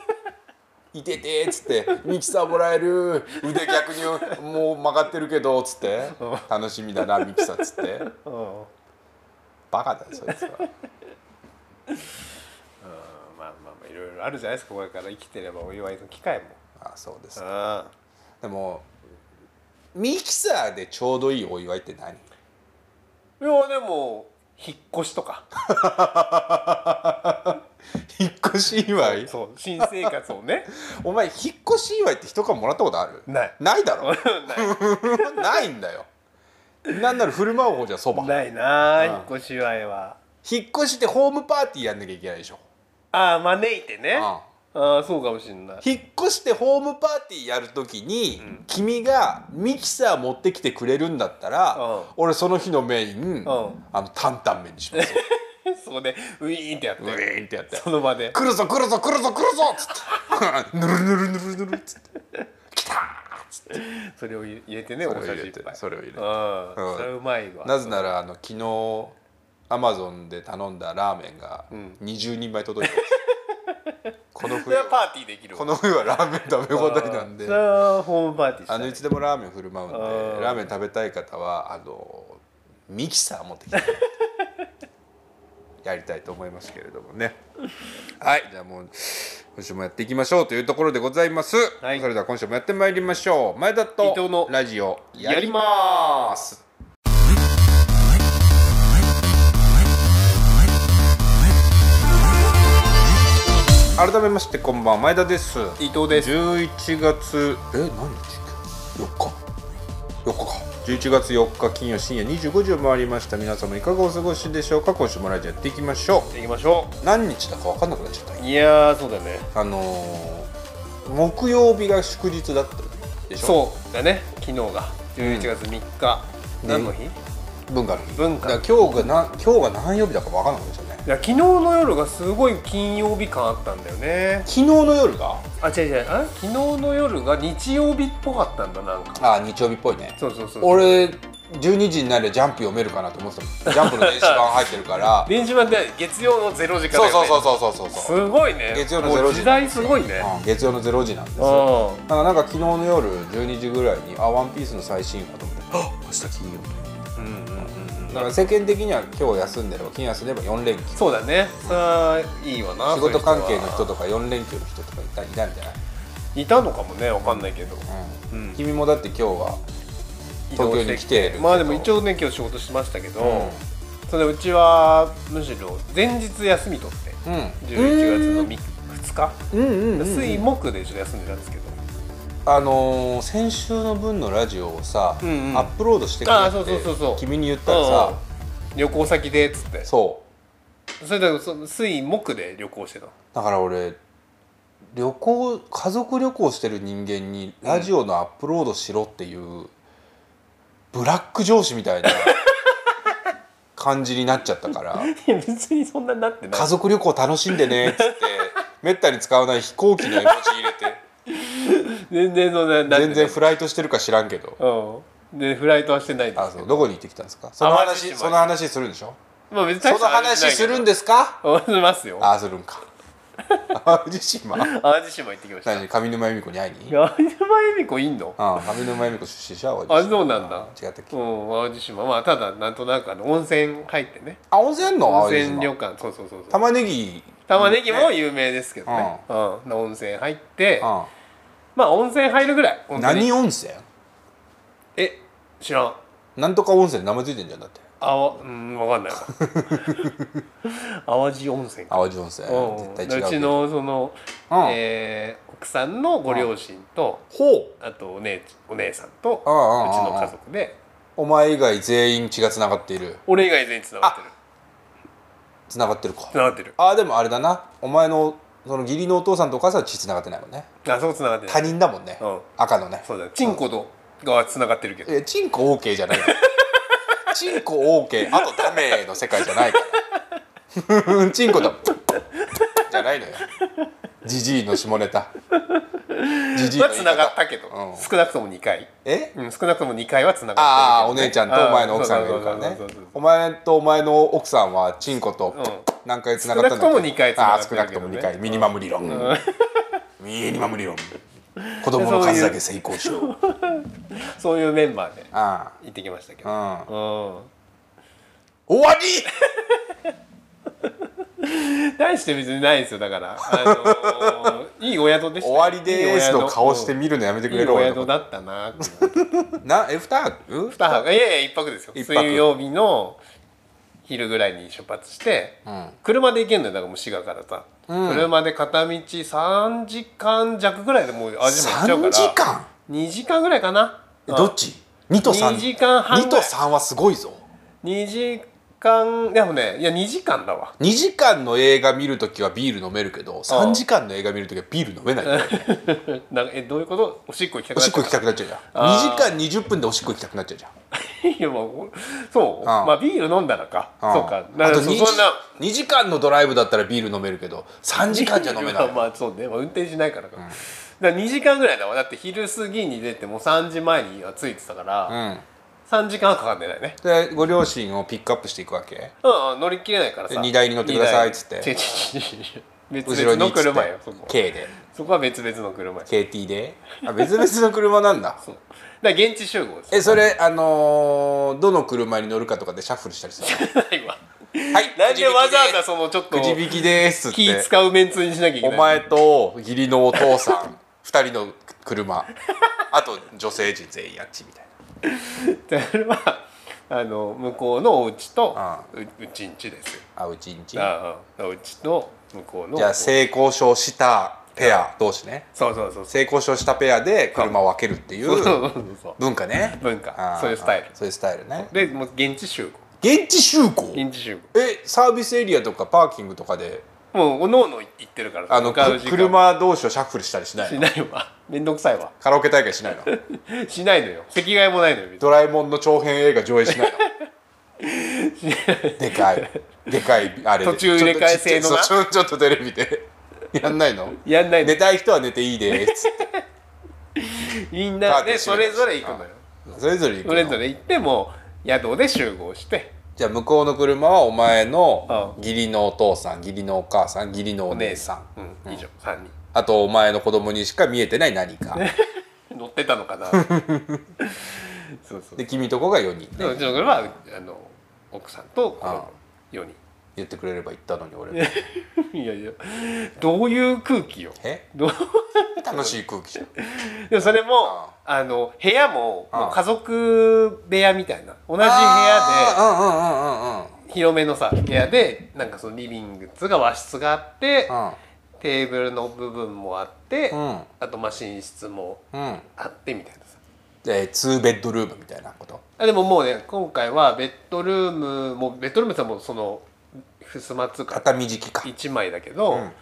Speaker 1: いててーっつって「ミキサーもらえる腕逆にもう曲がってるけど」っつって「楽しみだなミキサー」っつって
Speaker 2: うん
Speaker 1: バカだよそいつは
Speaker 2: まあまあまあいろいろあるじゃないですかこれから生きてればお祝いの機会も
Speaker 1: あそうです
Speaker 2: あ
Speaker 1: でもミキサーでちょうどいいお祝いって何 [LAUGHS]
Speaker 2: あいやでも引っ越しとか
Speaker 1: 引っ越し祝い
Speaker 2: そう新生活をね
Speaker 1: お前引っ越し祝いって人からもらったことある
Speaker 2: な
Speaker 1: [LAUGHS]
Speaker 2: い [LAUGHS]
Speaker 1: ないだろ
Speaker 2: 俺はな
Speaker 1: な
Speaker 2: い
Speaker 1: いんだよなんなら振る舞う方じゃそば
Speaker 2: ないなあ
Speaker 1: うん
Speaker 2: 引っ越し祝いは
Speaker 1: 引っ越しってホームパーティーやんなきゃいけないでしょ
Speaker 2: ああ招いてね
Speaker 1: うん
Speaker 2: ああそうかもしんない
Speaker 1: 引っ越してホームパーティーやるときに、君がミキサー持ってきてくれるんだったら、
Speaker 2: うん
Speaker 1: 俺その日のメイン、あの担々麺にします
Speaker 2: [LAUGHS] そこでウィーンってやって
Speaker 1: ウィーンってやって
Speaker 2: その場で
Speaker 1: 来るぞ来るぞ来るぞ来るぞっつって
Speaker 2: [LAUGHS]
Speaker 1: ぬるぬるぬるぬるっつって来たーっつって
Speaker 2: それを入れてね
Speaker 1: それ
Speaker 2: お
Speaker 1: を
Speaker 2: 写
Speaker 1: 入
Speaker 2: 真い
Speaker 1: れ
Speaker 2: ってぱい
Speaker 1: それを入れて
Speaker 2: うん
Speaker 1: うん
Speaker 2: それはうまいわ
Speaker 1: なぜならあの昨日アマゾンで頼んだラーメンが20人前届いてま
Speaker 2: [LAUGHS]
Speaker 1: す、この
Speaker 2: そ
Speaker 1: 冬
Speaker 2: れはパ
Speaker 1: は
Speaker 2: ーティーできるわ
Speaker 1: この冬はラーメン食べ放題なんで
Speaker 2: [LAUGHS] それはホームパーティーした
Speaker 1: あのいつでもラーメン振る舞うんで
Speaker 2: あー
Speaker 1: ラーメン食べたい方はあのミキサー持ってきてやりたいと思いますけれどもねはいじゃあもう今週もやっていきましょうというところでございます、
Speaker 2: はい
Speaker 1: それでは今週もやってまいりましょう前田と
Speaker 2: 伊藤の
Speaker 1: ラジオや
Speaker 2: や
Speaker 1: り
Speaker 2: り
Speaker 1: ま
Speaker 2: ます
Speaker 1: 改めましてこんばんは前田です
Speaker 2: 伊藤です
Speaker 1: 11月え何日4日4日か11月4日金曜深夜25時を回りました皆様いかがお過ごしでしょうか今週もラジオやっていきましょ
Speaker 2: 行きましょ
Speaker 1: う何日だか分かんなくなっちゃった
Speaker 2: ういやーそうだね
Speaker 1: あのー木曜日が祝日だったでしょ
Speaker 2: そうだね昨日が11月3日
Speaker 1: ね
Speaker 2: 何の日い
Speaker 1: 文化の日
Speaker 2: 文化
Speaker 1: だから今日がな今日が何曜日だか分かんなくなっちゃったね
Speaker 2: や昨日の夜がすごい金曜日感あったんだよね
Speaker 1: 昨日の夜が
Speaker 2: あ違う違うあ昨日の夜が日曜日っぽかったんだなんか
Speaker 1: あー日曜日っぽいね
Speaker 2: そうそうそう
Speaker 1: 俺12時になればジャンプ読めるかなと思ってたもんジャンプの電子版入ってるから
Speaker 2: 電子版 [LAUGHS] で月曜の0時から
Speaker 1: そう
Speaker 2: だよ
Speaker 1: そう
Speaker 2: ね
Speaker 1: そうそうそうそう
Speaker 2: すごいね
Speaker 1: 月曜の
Speaker 2: もう
Speaker 1: 0時
Speaker 2: 時代すごいね
Speaker 1: うん月曜の0時なんです
Speaker 2: う
Speaker 1: よ
Speaker 2: ん
Speaker 1: だからなんか昨日の夜12時ぐらいに「あワンピースの最新話と思って「あ明日金曜
Speaker 2: うんうんうんうん
Speaker 1: だから世間的には今日休んでれば金休んでれば4連休仕
Speaker 2: そうだねさあいいわな
Speaker 1: 事関係の人
Speaker 2: と
Speaker 1: とか4連休の人とかいたいたんじゃない、
Speaker 2: いたのかもねわかんないけど
Speaker 1: うん
Speaker 2: うん
Speaker 1: 君もだって今日は東京に来てるけど
Speaker 2: まあでも一応ね今日仕事しましたけど、
Speaker 1: う
Speaker 2: それうちはむしろ前日休み取って
Speaker 1: うん
Speaker 2: 11月のみ2日、
Speaker 1: うんうんうん
Speaker 2: 水木で一緒に休んでたんですけど、
Speaker 1: あのー先週の分のラジオをさ、
Speaker 2: うんうん
Speaker 1: アップロードしてくれ
Speaker 2: あーそうそうそう
Speaker 1: っ
Speaker 2: そ
Speaker 1: て
Speaker 2: う
Speaker 1: 君に言ったらさ、
Speaker 2: うん旅行先でっつって
Speaker 1: そう
Speaker 2: それだからその水木で旅行して
Speaker 1: [LAUGHS]
Speaker 2: たの
Speaker 1: だから俺旅行家族旅行してる人間にラジオのアップロードしろっていう、ブラック上司み [LAUGHS] たいな感じになっちゃったから
Speaker 2: いや別にそんなになってない
Speaker 1: 家族旅行楽しんでねっつってめったに使わない飛行機の絵文字入れて
Speaker 2: 全然そんなになってな
Speaker 1: 全
Speaker 2: い
Speaker 1: 然フライトしてるか知らんけど
Speaker 2: うんでフライトはしてないんで
Speaker 1: あ
Speaker 2: すけ
Speaker 1: そう
Speaker 2: ど
Speaker 1: どこに行ってきたんですかその
Speaker 2: 淡路
Speaker 1: 話そ
Speaker 2: 島に
Speaker 1: の話するんでしょ
Speaker 2: まあ別に
Speaker 1: その話するん
Speaker 2: [LAUGHS]
Speaker 1: ですか
Speaker 2: すしますよ
Speaker 1: ああするんか淡路島
Speaker 2: 淡路島行ってきました
Speaker 1: 何上沼恵美子に会いに
Speaker 2: いや淡路島恵美子いんの
Speaker 1: ああ上沼恵美子出身者淡路島
Speaker 2: あそうなんだ
Speaker 1: 違ったっけ
Speaker 2: うん淡路島まあただなんとなくあの温泉入ってね
Speaker 1: あ温泉あんの
Speaker 2: 温
Speaker 1: 淡路
Speaker 2: 泉
Speaker 1: 島
Speaker 2: 旅館そうそうそうそう
Speaker 1: 玉ねぎ
Speaker 2: 玉ねぎも有名ですけどね、
Speaker 1: う
Speaker 2: うん温泉入って
Speaker 1: あ
Speaker 2: まあ温泉入るぐらい
Speaker 1: あ
Speaker 2: 本当に
Speaker 1: 何温泉
Speaker 2: え知らん
Speaker 1: なんとか温泉って名前ついてんじゃんだって
Speaker 2: あわうん分かんないわ淡路温泉か
Speaker 1: 淡路温泉
Speaker 2: うん
Speaker 1: 絶対違うけど
Speaker 2: うちのその、
Speaker 1: うん
Speaker 2: えー奥さんのご両親と
Speaker 1: ほう
Speaker 2: あとお姉お姉さんとうち
Speaker 1: うんうんうんうん
Speaker 2: の家族で
Speaker 1: お前以外全員血がつながっている
Speaker 2: 俺以外全員つながってる
Speaker 1: つながってるか
Speaker 2: つながってる
Speaker 1: ああでもあれだなお前のその義理のお父さんとお母さんは血つながってないもんね
Speaker 2: あそうつながってる
Speaker 1: 他人だもんね、
Speaker 2: うん
Speaker 1: 赤のね
Speaker 2: そうだチンコとがつながってるけど
Speaker 1: えチンコ OK じゃない [LAUGHS] からチンコ OK あとダメの世界じゃないから [LAUGHS] チンコだじゃないのよジジイの下ネタジジイの
Speaker 2: は
Speaker 1: 言い
Speaker 2: つ
Speaker 1: 方
Speaker 2: ながったけど、
Speaker 1: うん
Speaker 2: 少なくとも2回、
Speaker 1: え
Speaker 2: うん、少なくとも2回はつながってるけどね、
Speaker 1: ああお姉ちゃんとお前の奥さんがいるから
Speaker 2: あー
Speaker 1: ね
Speaker 2: そうそうそうそうそう
Speaker 1: お前とお前の奥さんはチンコと
Speaker 2: うん
Speaker 1: 何回つながったんだっけ
Speaker 2: 少なくとも二回繋が
Speaker 1: あ
Speaker 2: っ
Speaker 1: あ
Speaker 2: てるけど
Speaker 1: 少な
Speaker 2: ね
Speaker 1: くとも2回ミニマム理論、
Speaker 2: ん
Speaker 1: ミニマム理論子供の数だけ成功しよう
Speaker 2: そういうメンバーで
Speaker 1: あ
Speaker 2: 行ってきましたけど、
Speaker 1: あうん
Speaker 2: うん
Speaker 1: 終わ
Speaker 2: 大して別にないですよだから、
Speaker 1: [LAUGHS]
Speaker 2: あのーいいお宿で
Speaker 1: り
Speaker 2: した
Speaker 1: 終わりですの顔して
Speaker 2: み
Speaker 1: 見るのやめてく
Speaker 2: いい
Speaker 1: れろ
Speaker 2: お
Speaker 1: 俺の
Speaker 2: 宿だったなって
Speaker 1: なえ二泊
Speaker 2: 二泊いやいや一泊ですよ
Speaker 1: 一泊
Speaker 2: 水曜日の昼ぐらいに出発して、
Speaker 1: うん
Speaker 2: 車で行けんのよだからもう滋賀からさ、
Speaker 1: うん
Speaker 2: 車で片道3時間弱ぐらいでもう味も行っちゃうか
Speaker 1: 三
Speaker 2: ら
Speaker 1: 時間
Speaker 2: 2時間ぐらいかな
Speaker 1: えどっち二と三
Speaker 2: 二時間半ぐらい
Speaker 1: 二と三はすごいぞ
Speaker 2: 2時間でもねいや2時間だわ [LAUGHS]
Speaker 1: 二時間の映画見るときはビール飲めるけど三時間の映画見るときはビール飲めないよ
Speaker 2: なんかえどういうことおしっこ行きたく
Speaker 1: お
Speaker 2: な
Speaker 1: しっ
Speaker 2: っち
Speaker 1: こ
Speaker 2: ゃう
Speaker 1: 行きたくなっちゃうじ
Speaker 2: あ
Speaker 1: ゃん二時間二十分でおしっこ行きたくなっちゃうじゃん
Speaker 2: [LAUGHS] いやまあおそう、
Speaker 1: ああ
Speaker 2: まあビール飲んだらか、そうか
Speaker 1: んあと
Speaker 2: そ
Speaker 1: 二時
Speaker 2: そんな
Speaker 1: 二時間のドライブだったらビール飲めるけど三時間じゃ飲めない
Speaker 2: [LAUGHS] まあまあそうね、まあ、運転しないからか、だから2時間ぐらいだわだって昼過ぎに出てもう3時前には着いてたから、
Speaker 1: うん
Speaker 2: 3時間はかかんでないね
Speaker 1: でご両親をピックアップしていくわけ
Speaker 2: うん、うん、乗り切れないから
Speaker 1: で
Speaker 2: さ
Speaker 1: 荷台に乗ってくださいっつって
Speaker 2: 荷台違う違う違
Speaker 1: 後ろ
Speaker 2: [LAUGHS] う別々
Speaker 1: にっ
Speaker 2: の
Speaker 1: つって
Speaker 2: 車よそこ
Speaker 1: K で
Speaker 2: そこは別々の車よ
Speaker 1: KT であ別々の車なんだ
Speaker 2: そうだから現地集合です
Speaker 1: えそれあのーどの車に乗るかとかでシャッフルしたりす
Speaker 2: [LAUGHS]
Speaker 1: る
Speaker 2: ないわ
Speaker 1: はい
Speaker 2: なんでわざわざそのちょっと
Speaker 1: くじ引きですっ
Speaker 2: 気
Speaker 1: て
Speaker 2: 使うメンツにしなきゃいけ
Speaker 1: [LAUGHS] お
Speaker 2: ない
Speaker 1: 前と義理のお父さん二人の車 [LAUGHS] あと女性陣全員やっちみたい
Speaker 2: それは [LAUGHS] あの向こうのお家と
Speaker 1: あ
Speaker 2: ううちんちですよ
Speaker 1: なあうちんち
Speaker 2: ああうちと向こうの
Speaker 1: じゃあ性交渉したペア同士ね
Speaker 2: そうそうそうそう
Speaker 1: 性交渉したペアで車を分けるってい
Speaker 2: そうそう
Speaker 1: う
Speaker 2: そうそう
Speaker 1: 文化ね
Speaker 2: 文化
Speaker 1: あー
Speaker 2: そういうスタイル
Speaker 1: そういうスタイルね
Speaker 2: でもう現地集
Speaker 1: 現地集合
Speaker 2: 合現地集
Speaker 1: えサービスエリアとかパーキングとかで
Speaker 2: 合もうおのおの行ってるから
Speaker 1: あの
Speaker 2: 向かう
Speaker 1: く
Speaker 2: 時間
Speaker 1: 車同士をシャッフルしたりしない
Speaker 2: し
Speaker 1: の
Speaker 2: ないわめんどくさいわ
Speaker 1: カラオケ大会しないの
Speaker 2: しないのよ席替えもないのよ別に
Speaker 1: ドラえもんの長編映画上映し
Speaker 2: [LAUGHS]
Speaker 1: ないのでかいでかいあれで
Speaker 2: 途中入れ替え制のな
Speaker 1: ちょっとちっちゃいそうちょちょっとテレビでやんないの
Speaker 2: やんないの
Speaker 1: 寝たい人は寝ていいです
Speaker 2: み
Speaker 1: カ
Speaker 2: んな
Speaker 1: ーテ
Speaker 2: で
Speaker 1: ン
Speaker 2: それぞれ行くのよ
Speaker 1: それぞれ行くの
Speaker 2: [LAUGHS] それぞれ行ってもう宿で集合して
Speaker 1: じゃあ向こうの車はお前の
Speaker 2: うん
Speaker 1: 義理のお父さん義理のお母さん義理のお姉さん
Speaker 2: うん以上3人
Speaker 1: あとお前の子供にしか見えてない何
Speaker 2: [LAUGHS]
Speaker 1: か
Speaker 2: 乗ってた
Speaker 1: [LAUGHS]
Speaker 2: のかなそうそう
Speaker 1: で君とこが4人
Speaker 2: でもうちの車はあの奥さんと子供4人 [LAUGHS]
Speaker 1: 言ってくれれば言ったのに俺も
Speaker 2: いやいやどういう空気よ
Speaker 1: え
Speaker 2: どう
Speaker 1: 楽しい空気じゃん
Speaker 2: でもそれもあの部屋ももう家族部屋みたいな同じ部屋
Speaker 1: あー
Speaker 2: で広めのさ部屋でなんかそのリビングっつうか和室があってテーブルの部分もあって
Speaker 1: うんうんうんうん
Speaker 2: あとまあ寝室も
Speaker 1: うんうん
Speaker 2: あってみたいなさ
Speaker 1: えー、2ベッドルームみたいなこと
Speaker 2: あでももうね今回はベッドルームもベッドルームさもうその襖つうか
Speaker 1: 畳敷きか
Speaker 2: 1枚だけど、
Speaker 1: うん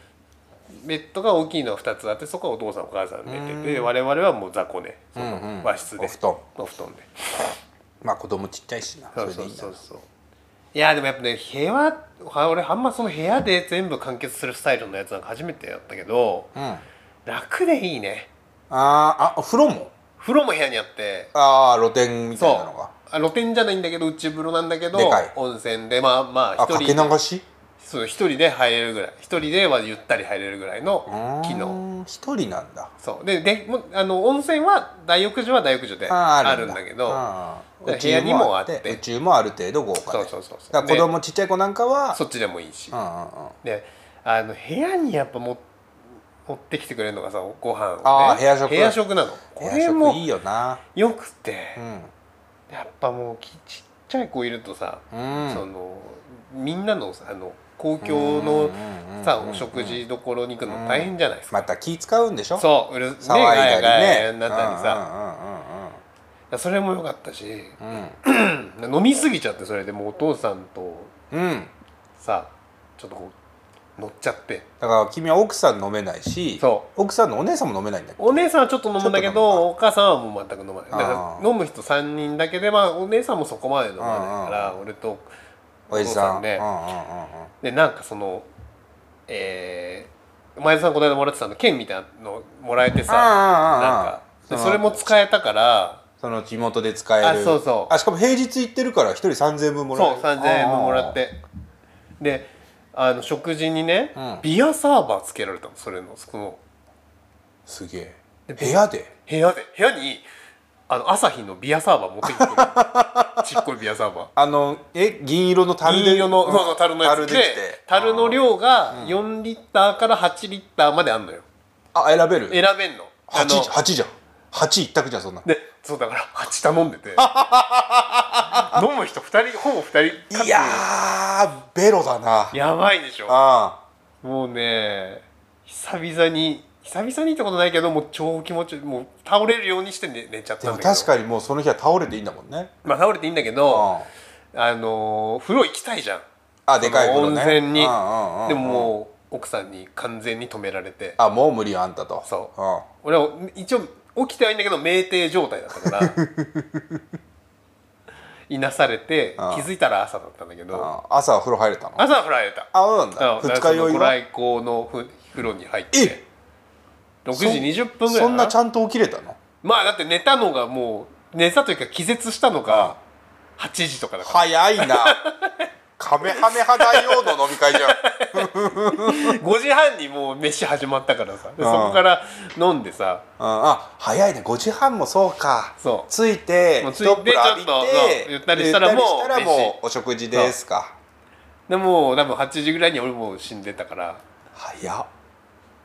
Speaker 2: ベッドが大きいのが2つあってそこはお父さんお母さん寝てて我々はもう雑魚ねそ
Speaker 1: うんうん
Speaker 2: の和室で、
Speaker 1: お布団
Speaker 2: お布団で
Speaker 1: まあ子供ちっちゃいしな
Speaker 2: そう
Speaker 1: そ
Speaker 2: そ
Speaker 1: れ
Speaker 2: う
Speaker 1: でいい
Speaker 2: そ
Speaker 1: な
Speaker 2: うそういやでもやっぱね部屋は俺あんまその部屋で全部完結するスタイルのやつなんか初めてやったけど
Speaker 1: うんあー
Speaker 2: 楽でいいね
Speaker 1: あお風呂も
Speaker 2: 風呂も部屋にあって
Speaker 1: ああ露天みたいなのが
Speaker 2: そうあ露天じゃないんだけど内風呂なんだけど
Speaker 1: でかい
Speaker 2: 温泉でまあまあ
Speaker 1: あ
Speaker 2: 一
Speaker 1: か
Speaker 2: 人
Speaker 1: け流し
Speaker 2: そう一人で入れるぐらい一人ではゆったり入れるぐらいの機能
Speaker 1: 能一人なんだ
Speaker 2: そうででもあの温泉は大浴場は大浴場で
Speaker 1: あ
Speaker 2: あるんだけど
Speaker 1: うん
Speaker 2: だから部屋にもあって
Speaker 1: 宇宙もある程度豪華
Speaker 2: そ
Speaker 1: で
Speaker 2: うそうそうそう
Speaker 1: だから子供ちっちゃい子なんか
Speaker 2: で
Speaker 1: は
Speaker 2: そっちでもいいし
Speaker 1: うんうんうん
Speaker 2: であの部屋にやっぱも持ってきてくれるのがさご飯を、ね、
Speaker 1: あー部屋食
Speaker 2: 部屋食なのこ
Speaker 1: 部
Speaker 2: れ
Speaker 1: 屋食い
Speaker 2: も
Speaker 1: いよな
Speaker 2: よくて
Speaker 1: うん
Speaker 2: やっぱもうきちっちゃい子いるとさ、
Speaker 1: うん
Speaker 2: そのみんなのさあの公共のさ
Speaker 1: うんうんうんうん
Speaker 2: お食事どころに行くの大変じゃないですか、
Speaker 1: また気使うんでしょ
Speaker 2: そううる
Speaker 1: 騒いだり
Speaker 2: ガヤガ
Speaker 1: ね
Speaker 2: ヤになったりさ、それも良かったし
Speaker 1: うんうんうんうん
Speaker 2: 飲みすぎちゃってそれでもうお父さんと
Speaker 1: うんうん
Speaker 2: さちょっとこう乗っちゃって
Speaker 1: だから君は奥さん飲めないし
Speaker 2: そ
Speaker 1: 奥さんのお姉さんも飲めないんだっけ
Speaker 2: お姉さんはちょっと飲むんだけ
Speaker 1: ちょっと飲
Speaker 2: どお母さんはもう全く飲まないだ
Speaker 1: あ
Speaker 2: か
Speaker 1: ー
Speaker 2: ら飲む人3人だけでまあお姉さんもそこまで飲まないから俺と
Speaker 1: 親父さん
Speaker 2: ね
Speaker 1: うんうんうんうん
Speaker 2: でなんかそのえー前田さんこの間もらってたの券みたいなのもらえてさな
Speaker 1: あ
Speaker 2: んか
Speaker 1: ーあーあー
Speaker 2: で
Speaker 1: その
Speaker 2: それも使えたから
Speaker 1: その地元で使える
Speaker 2: あそうそう
Speaker 1: あしかも平日行ってるから一人3000円分もらえ
Speaker 2: そ
Speaker 1: る
Speaker 2: う3000円分もらってであの食事にね、
Speaker 1: うん
Speaker 2: ビアサーバーつけられたのそれのその
Speaker 1: あーすげえ
Speaker 2: で
Speaker 1: 部屋で
Speaker 2: 部屋で部屋にあの朝日のビアサーバー持ってきてくれ
Speaker 1: [LAUGHS]
Speaker 2: たちっこいビアサーバー
Speaker 1: あのえ銀色の樽で
Speaker 2: 銀色のそうそう樽のや
Speaker 1: 樽
Speaker 2: つ
Speaker 1: で
Speaker 2: で
Speaker 1: きて
Speaker 2: 樽の量が4リッターから8リッターまであんのよ
Speaker 1: あ選べる
Speaker 2: 選べんのあの
Speaker 1: 8, 八じゃん8一択じゃんそんな
Speaker 2: でそうだから8頼ん
Speaker 1: [LAUGHS]
Speaker 2: でて飲む人2人ほぼ2人かつ
Speaker 1: いやーベロだな
Speaker 2: やばいでしょ
Speaker 1: あ
Speaker 2: もうね久々に久々にってことないけどもう超気持ちもう倒れるようにして寝寝ちゃっ
Speaker 1: ーで
Speaker 2: たん
Speaker 1: も
Speaker 2: だけど
Speaker 1: 確かにもうその日は倒れていいんだもんね
Speaker 2: まあ倒れていいんだけ
Speaker 1: うん
Speaker 2: どあのー風呂行きたいじゃん
Speaker 1: あでかい風呂ね
Speaker 2: 温泉に
Speaker 1: うんうんうんうん
Speaker 2: でももう奥さんに完全に止められて
Speaker 1: あもう無理よあんたと、
Speaker 2: そう
Speaker 1: ん、
Speaker 2: 俺は一応起きてはいいんだけど酩酊状態だったから
Speaker 1: [LAUGHS]
Speaker 2: いなされて
Speaker 1: ああ
Speaker 2: 気づいたら朝だったんだけど
Speaker 1: あ朝は風呂入れたのあ
Speaker 2: 朝は振られた
Speaker 1: そうなんだ二日酔い
Speaker 2: ご
Speaker 1: は
Speaker 2: 来光のふ風呂に入っ
Speaker 1: え
Speaker 2: て6時20分ぐらい
Speaker 1: そ
Speaker 2: か
Speaker 1: ん
Speaker 2: な
Speaker 1: なちゃんと起きれたの
Speaker 2: まあだって寝たのがもう寝たというか気絶したのが8時とかだか
Speaker 1: 早
Speaker 2: [LAUGHS]
Speaker 1: いなカメハメハ大王の飲み会じゃん
Speaker 2: ら5時半にもう飯始まったからさでそ
Speaker 1: ああ
Speaker 2: こから飲んでさ
Speaker 1: うんあ早いね5時半もそうか
Speaker 2: そ
Speaker 1: ついて
Speaker 2: もうついて
Speaker 1: 一風呂浴び
Speaker 2: ちょっとそうゆったりしたらもう
Speaker 1: ゆったりしたらもうお食事ですか
Speaker 2: うでもう多分8時ぐらいに俺もう死んでたから [LAUGHS]
Speaker 1: 早っ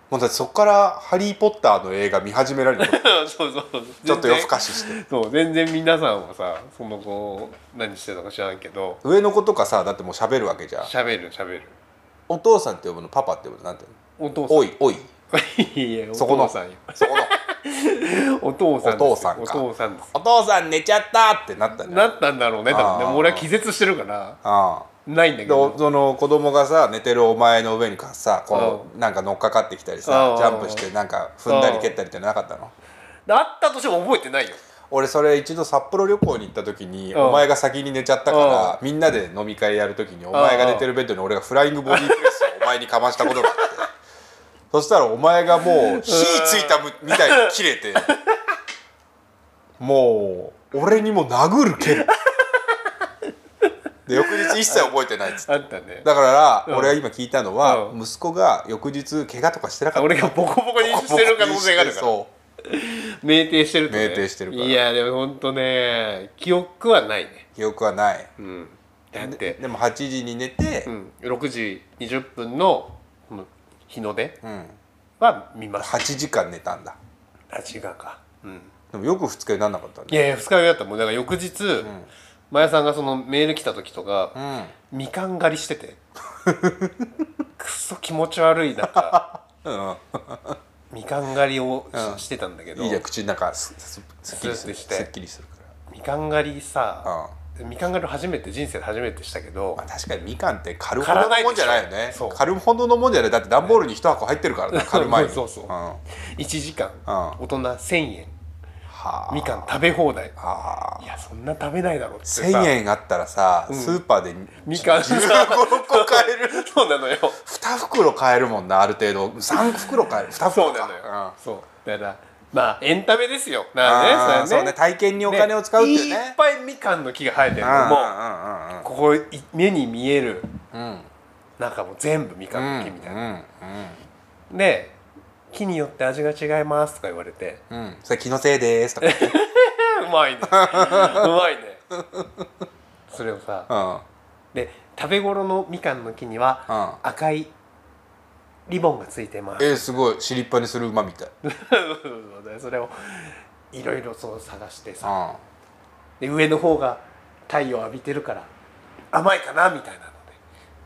Speaker 1: もうだってそこから「ハリー・ポッター」の映画見始めら
Speaker 2: [LAUGHS]
Speaker 1: れる
Speaker 2: そうそうそう
Speaker 1: ちょっと夜更
Speaker 2: か
Speaker 1: かしして
Speaker 2: そう全然皆さんはさその後何してたか知らんけど
Speaker 1: 上の子とかさだってもう喋るわけじゃん
Speaker 2: 喋る喋る
Speaker 1: お父さんって呼ぶのパパって呼ぶのなんて呼ぶの
Speaker 2: お父さん
Speaker 1: おいおい
Speaker 2: [LAUGHS] いやいや
Speaker 1: そこの
Speaker 2: お父さんよ
Speaker 1: そこの
Speaker 2: お父さんです
Speaker 1: お父さん
Speaker 2: お
Speaker 1: か
Speaker 2: 父さんです
Speaker 1: お父さん寝ちゃったってなったんじゃ
Speaker 2: なんったんだろうね多分ね
Speaker 1: ああ
Speaker 2: もう俺は気絶してるから
Speaker 1: ああ
Speaker 2: ないんだけ
Speaker 1: で
Speaker 2: ど
Speaker 1: おその子供がさ寝てるお前の上にかさこうなんか乗っかかってきたりさ
Speaker 2: うん
Speaker 1: ジャンプしてなんか踏んだり蹴ったりってなかったの
Speaker 2: あったとしても覚えてないよ
Speaker 1: 俺それ一度札幌旅行に行った時に
Speaker 2: うん
Speaker 1: お前が先に寝ちゃったからみんなで飲み会やる時にお前が寝てるベッドに俺がフライングボディープレスをお前にかましたこと
Speaker 2: [LAUGHS]
Speaker 1: があってそしたらお前がもう火ついたみたいに切れてもう俺にも殴る蹴るで翌日一切覚えてないっつって
Speaker 2: あったね
Speaker 1: だから
Speaker 2: ん
Speaker 1: 俺が今聞いたのは
Speaker 2: うん
Speaker 1: 息子が翌日怪我とかしてなかった
Speaker 2: 俺がボコボコにしてる可能性があるから
Speaker 1: そう
Speaker 2: 酩酊してるとね
Speaker 1: 酩酊してるから
Speaker 2: いやでもほんとね記憶はないね
Speaker 1: 記憶はない
Speaker 2: うんだっ
Speaker 1: で
Speaker 2: て、
Speaker 1: でも8時に寝て
Speaker 2: うん、6時20分のうん日の出
Speaker 1: うん
Speaker 2: は見ました
Speaker 1: 8時間寝たんだ
Speaker 2: あ違うかうん
Speaker 1: でもよく二日酔いになんなかった
Speaker 2: い
Speaker 1: ね
Speaker 2: やいや二日酔いだったもんだから翌日、マヤさんがそのメール来た時と
Speaker 1: う
Speaker 2: か、
Speaker 1: ん
Speaker 2: みかん狩りし
Speaker 1: [LAUGHS]
Speaker 2: ててくそ気持ち悪い中
Speaker 1: うん
Speaker 2: みかん狩りをし,、
Speaker 1: うん
Speaker 2: てたんだけど
Speaker 1: いいじゃん口の中すすすっきりする
Speaker 2: スッてして
Speaker 1: すっきりするから
Speaker 2: みかん狩りさ、
Speaker 1: うん
Speaker 2: みかん狩り初めて人生で初めてしたけど
Speaker 1: まあ、確かにみかんって狩るほどのもんじゃないよね
Speaker 2: そう
Speaker 1: 狩るほどのもんじゃないだって段ボールに一箱入ってるからね狩る前に
Speaker 2: そうそうそうん
Speaker 1: は
Speaker 2: 1時間、
Speaker 1: う
Speaker 2: 大人1,000円
Speaker 1: あ
Speaker 2: みかん食べ放題
Speaker 1: ああ
Speaker 2: いやそんな食べないだろってさ
Speaker 1: 1000円あったらさ、スーパーで [LAUGHS]
Speaker 2: みかん
Speaker 1: 15個買える
Speaker 2: そうな
Speaker 1: [LAUGHS]
Speaker 2: のよ
Speaker 1: 2袋買えるもんなある程度3袋買える2
Speaker 2: そ
Speaker 1: 袋
Speaker 2: う
Speaker 1: か
Speaker 2: なのよ、そうだからまあエンタメですよ
Speaker 1: あー
Speaker 2: なんでねそれ
Speaker 1: そうね体験にお金を使うっていうね
Speaker 2: いっぱいみかんの木が生えてるのもう
Speaker 1: も
Speaker 2: ここい目に見える
Speaker 1: うんうんうん
Speaker 2: なんかもう全部みかんの木みたいな、
Speaker 1: な
Speaker 2: で木によって味が違いますとか言われて
Speaker 1: うんうんそれ気のせいですとかね
Speaker 2: [LAUGHS] うまいねうまいねそれをさ
Speaker 1: うんうん
Speaker 2: で食べ頃のみかんの木には赤いリボンがついてます [LAUGHS]
Speaker 1: えーすごい尻っぱにする馬みたい
Speaker 2: それをいろいろそう探して
Speaker 1: う
Speaker 2: さ
Speaker 1: ん
Speaker 2: で上の方が太陽浴びてるから甘いかなみたいなので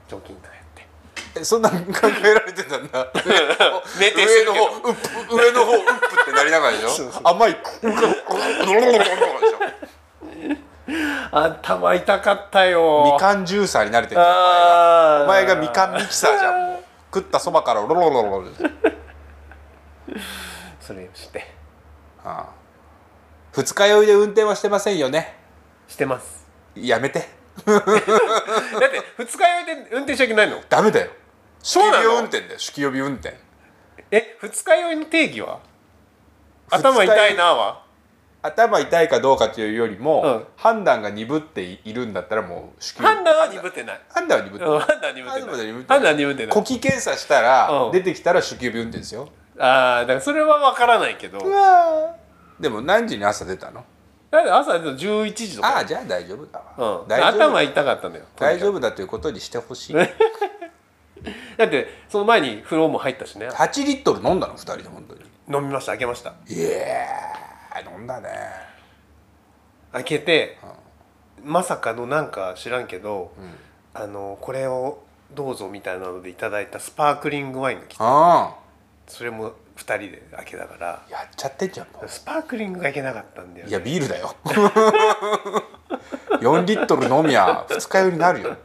Speaker 2: 雑巾とやって
Speaker 1: えそんなん考えられてたんだ
Speaker 2: 寝て
Speaker 1: 上
Speaker 2: る
Speaker 1: の方うっぷ上の方うっぷってなりながらでし
Speaker 2: そうそう
Speaker 1: ょ甘いでしょ
Speaker 2: 頭痛かったよ
Speaker 1: みかんジューサーに慣れてる
Speaker 2: あ
Speaker 1: お前がみかんミキサーじゃん
Speaker 2: ん
Speaker 1: もう食ったそばからロロロロロ
Speaker 2: それをして
Speaker 1: ああ二日酔いで運転はしてませんよね
Speaker 2: してます
Speaker 1: やめて
Speaker 2: だって二日酔いで運転しちゃいけないの
Speaker 1: ダメだよ酒
Speaker 2: うな
Speaker 1: 気帯び運
Speaker 2: の
Speaker 1: 転だよ酒気帯び運転
Speaker 2: え二日酔いの定義は頭痛いなは
Speaker 1: 頭痛いかどうかというよりも、
Speaker 2: うん
Speaker 1: 判断が鈍っているんだったらもう酒気帯び
Speaker 2: 判断は鈍ってない
Speaker 1: 判断は鈍って
Speaker 2: う
Speaker 1: なんい
Speaker 2: 判断鈍って
Speaker 1: 判断は鈍ってない
Speaker 2: ない判断鈍ってない
Speaker 1: 呼気検査したら、
Speaker 2: うん
Speaker 1: 出てきたら酒気帯び運転ですよ
Speaker 2: ああだからそれは分からないけど
Speaker 1: でも何時に朝出たの
Speaker 2: だって朝の11時と
Speaker 1: あ
Speaker 2: か
Speaker 1: あじゃあ大丈夫だわ、
Speaker 2: うん、
Speaker 1: 大丈夫
Speaker 2: 頭痛かったんだよ
Speaker 1: 大丈
Speaker 2: 夫
Speaker 1: 夫だということにしてほしい
Speaker 2: だってその前に風呂も入ったしね
Speaker 1: 8リットル飲んだの2人で本当に
Speaker 2: 飲みました開けました
Speaker 1: いやー飲んだね
Speaker 2: 開けて、まさかのなんか知らんけど、あのこれをどうぞみたいなのでいただいたスパークリングワインが来て
Speaker 1: あ
Speaker 2: それも2人で開けたか
Speaker 1: あやっちゃってんじゃんも
Speaker 2: らスパークリングがいけなかったんだよ
Speaker 1: う
Speaker 2: ね
Speaker 1: いやビールだよ [LAUGHS] 4リットル飲みや二日酔いになるよ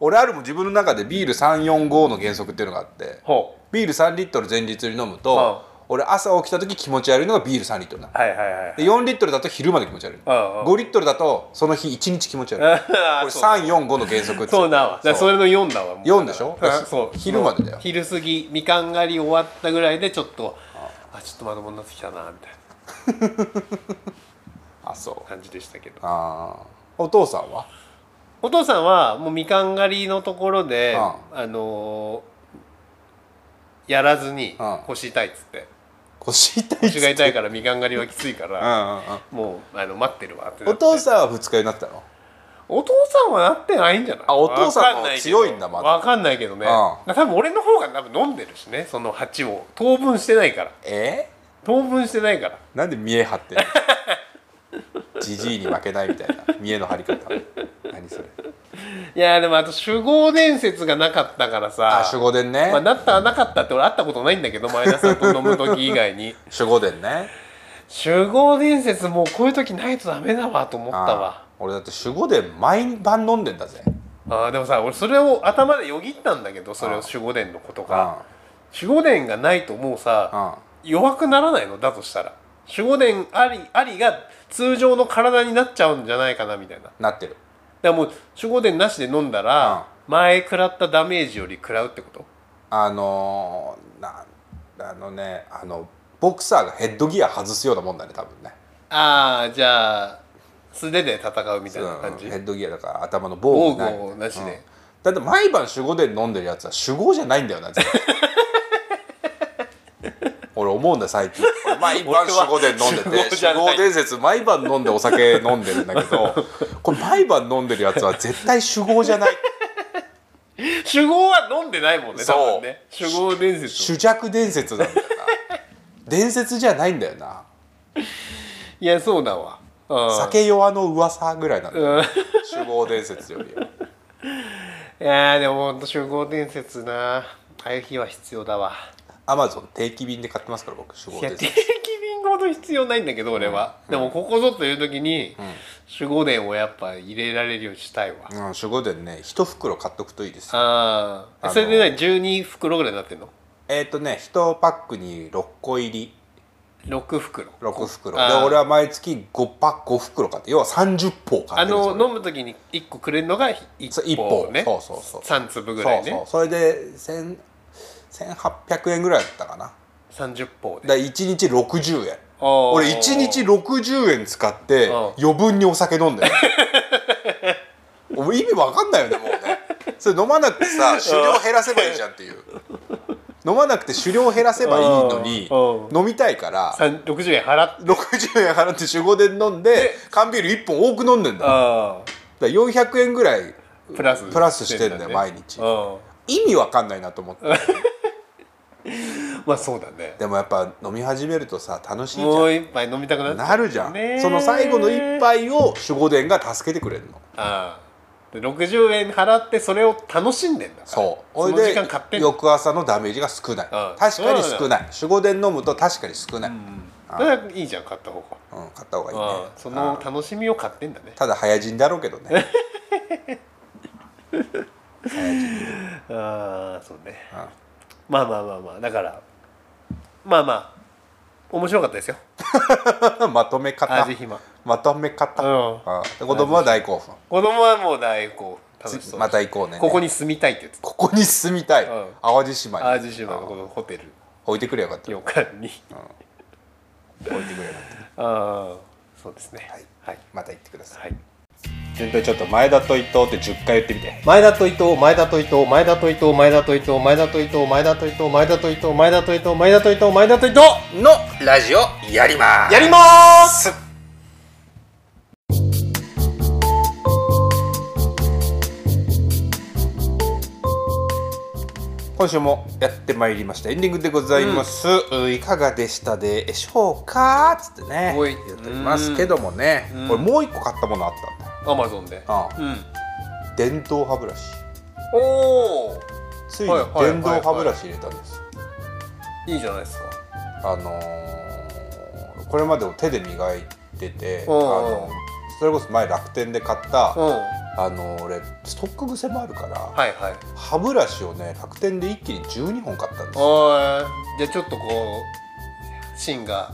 Speaker 1: 俺あるも自分の中でビール345の原則っていうのがあって
Speaker 2: ほ
Speaker 1: ビール3リットル前日に飲むと、
Speaker 2: は
Speaker 1: 俺朝起きた時気持ち悪いのがビール3リットルなの
Speaker 2: うはいはいはい
Speaker 1: で4リットルだと昼まで気持ち悪い
Speaker 2: ああ
Speaker 1: 5リットルだとその日1日気持ち悪いこれ
Speaker 2: こ
Speaker 1: 345の原則って
Speaker 2: そうなわだからそれの4だわもう
Speaker 1: 4でしょ
Speaker 2: だからそう
Speaker 1: 昼までだよ
Speaker 2: 昼過ぎみかん狩り終わったぐらいでちょっとあちょっとまだもんなってきたなみたいな
Speaker 1: あそう
Speaker 2: 感じでしたけど
Speaker 1: ああお父さんは
Speaker 2: お父さんはもうみかん狩りのところで、
Speaker 1: う
Speaker 2: あのーやらずに
Speaker 1: うん
Speaker 2: 腰痛いっつって
Speaker 1: 腰痛いっつ
Speaker 2: 腰が
Speaker 1: って
Speaker 2: 痛いからみかん狩りはきついか
Speaker 1: う
Speaker 2: ら
Speaker 1: んうんうん
Speaker 2: もうあの待ってるわってな
Speaker 1: お
Speaker 2: って
Speaker 1: 父さんは二日酔いになったの
Speaker 2: お父さんはなってないんじゃない
Speaker 1: あお父さんの方が強いんだま
Speaker 2: ま
Speaker 1: だ
Speaker 2: だわかんないけどね、
Speaker 1: う
Speaker 2: 多分俺の方が多分飲んでるしねその鉢を当分してないから
Speaker 1: え
Speaker 2: 当分してないから
Speaker 1: なんで見え張って
Speaker 2: [LAUGHS]
Speaker 1: んのじじいに負けないみたいな見えの張り方何それ
Speaker 2: いやーでもあと守護伝説がなかったから
Speaker 1: あ
Speaker 2: さ
Speaker 1: 守護伝ね
Speaker 2: まあ、なったなかったって俺会ったことないんだけど前田さんと飲む時以
Speaker 1: [LAUGHS]
Speaker 2: 外に
Speaker 1: 守護伝ね
Speaker 2: 守護伝説もうこういう時ないとダメだわと思ったわ
Speaker 1: あー俺だって守護伝毎晩飲んでんだぜ
Speaker 2: あーでもさ俺それを頭でよぎったんだけどそれを守護伝のことが守護伝がないともうさ、
Speaker 1: うんうん
Speaker 2: 弱くならないのだとしたら守護伝ありありが通常の体になっちゃうんじゃないかなみたいなだか
Speaker 1: なってる
Speaker 2: らもう守護伝なしで飲んだら、前食らったダメージより食らうってこと
Speaker 1: あのーなんあのねあのボクサーがヘッドギア外すようなもんだね多分ね
Speaker 2: ああじゃあ素手で戦うみたいな
Speaker 1: う
Speaker 2: 感じ、
Speaker 1: んヘッドギアだから頭の防具
Speaker 2: 防具をなしで
Speaker 1: うんだって毎晩守護伝飲んでるやつは守護じゃないんだよな絶対 [LAUGHS] 俺思うんだよ最近俺毎晩
Speaker 2: [LAUGHS] 俺は
Speaker 1: 守護伝飲んでて
Speaker 2: 守護じゃない
Speaker 1: 守護伝説毎晩飲んでお酒飲んでるんだけ
Speaker 2: [LAUGHS]
Speaker 1: どこれ毎晩飲んでるやつは絶対守護じ
Speaker 2: [LAUGHS]
Speaker 1: ゃない
Speaker 2: 守護は飲んでないもんね
Speaker 1: そう
Speaker 2: 多分ね守護伝説を
Speaker 1: 主弱伝説なんだよな伝説じゃないんだよない
Speaker 2: やそうだわ、うん、
Speaker 1: 酒弱の噂ぐらいなんだよ
Speaker 2: うん
Speaker 1: 守護伝説よりはい
Speaker 2: やーでもほんと守護伝説なああいう日は必要だわ
Speaker 1: アマゾン定期便で買ってますから僕守
Speaker 2: い
Speaker 1: 護
Speaker 2: や
Speaker 1: 伝
Speaker 2: 定期
Speaker 1: 説
Speaker 2: 便ほど必要ないんだけど俺は、でもここぞという時に、守護伝をやっぱ入れられるようにしたいわ、
Speaker 1: うん、守護伝ね一袋買っとくといいですよ
Speaker 2: あ
Speaker 1: あ
Speaker 2: あ
Speaker 1: の
Speaker 2: それでね12袋ぐらいになってんの
Speaker 1: えっ、とね1パックに6個入り
Speaker 2: 6袋
Speaker 1: 6袋
Speaker 2: あ
Speaker 1: で
Speaker 2: ー
Speaker 1: 俺は毎月5パック5袋買って要は30包買
Speaker 2: あ
Speaker 1: ってるんですよ
Speaker 2: の飲む時に1個くれるのが
Speaker 1: そう
Speaker 2: 1
Speaker 1: 一
Speaker 2: 本
Speaker 1: 本
Speaker 2: ね
Speaker 1: そうそうそう
Speaker 2: 3粒ぐらい
Speaker 1: そ
Speaker 2: ね
Speaker 1: うそうそれで1000 1800円ぐらいだったかな
Speaker 2: 30本で
Speaker 1: だ1日60円俺1日60円使って
Speaker 2: うん
Speaker 1: 余分にお酒飲ん
Speaker 2: [LAUGHS]
Speaker 1: だよお意味わかんないよねもうねそれ飲まなくてさ酒量減らせばいいじゃんっていう飲まなくて酒量減らせばいいのに
Speaker 2: う
Speaker 1: 飲みたいから
Speaker 2: 三60円払って
Speaker 1: 60円払って酒5で飲んで缶ビール1本多く飲んでんだだか
Speaker 2: あ
Speaker 1: ら400円ぐらい
Speaker 2: ープラス
Speaker 1: プラスしてんだよ
Speaker 2: ね
Speaker 1: 毎日
Speaker 2: うん
Speaker 1: 意味わかんないなと思って
Speaker 2: まあそうだね
Speaker 1: でもやっぱ飲み始めるとさ楽しいじゃん
Speaker 2: もう一杯飲みたくなっちゃう
Speaker 1: なるじゃん、
Speaker 2: ねえ
Speaker 1: その最後の一杯を守護殿が助けてくれるの
Speaker 2: ああで60円払ってそれを楽しんでんだから
Speaker 1: そう
Speaker 2: そ
Speaker 1: ほい
Speaker 2: の時
Speaker 1: で
Speaker 2: 間買ってんだ
Speaker 1: 翌朝のダメージが少ない、
Speaker 2: ん
Speaker 1: 確かに少ない守護殿飲むと確かに少ない、う
Speaker 2: だからいいじゃん買った方が
Speaker 1: ん買った方がいいね
Speaker 2: ああその楽しみを買ってんだね
Speaker 1: ただ早死んだろうけどね [LAUGHS]
Speaker 2: ああそうね
Speaker 1: あ
Speaker 2: まあまあまあまあだからまあまあ面白かったですよ
Speaker 1: まとめ方
Speaker 2: 味暇
Speaker 1: まとめ方、
Speaker 2: うん
Speaker 1: あで子供は大興奮
Speaker 2: 子供はもう大好楽しそう
Speaker 1: また行こうね
Speaker 2: ここに住みたいって言ってた
Speaker 1: ここに住みたい、
Speaker 2: ん
Speaker 1: 淡路島に
Speaker 2: 淡路島の
Speaker 1: あ
Speaker 2: このホテル
Speaker 1: 置いてくれよかった
Speaker 2: 旅館
Speaker 1: 置
Speaker 2: に
Speaker 1: いてくれよかった
Speaker 2: [LAUGHS] ああそうですねはい、はい
Speaker 1: また行ってください全体ちょっと前田と伊藤って10回言ってみて
Speaker 2: 前田と伊藤前田と伊藤前田と伊藤前田と伊藤前田と伊藤前田と伊藤前田と伊藤前田と伊藤前田と伊藤前田と伊藤
Speaker 1: のラジオやります
Speaker 2: やります
Speaker 1: 今週もやってまいりましたエンディングでございます、うんいかがでしたでしょうかつってね
Speaker 2: おい
Speaker 1: 言っておりますけどもね、
Speaker 2: うん
Speaker 1: これもう一個買ったものあったんだよ
Speaker 2: アマゾンで
Speaker 1: ああ
Speaker 2: うん
Speaker 1: 電動歯ブラシ
Speaker 2: おお
Speaker 1: ついに
Speaker 2: はいはいはいはい
Speaker 1: 電動歯ブラシ入れたんです、
Speaker 2: いいじゃないですか
Speaker 1: あのーこれまでも手で磨いてて、あのそれこそ前楽天で買った、
Speaker 2: うんは
Speaker 1: あのー俺ストック癖もあるから、
Speaker 2: いはい
Speaker 1: 歯ブラシをね楽天で一気に12本買ったんですよ
Speaker 2: おーじゃあちょっとこう芯が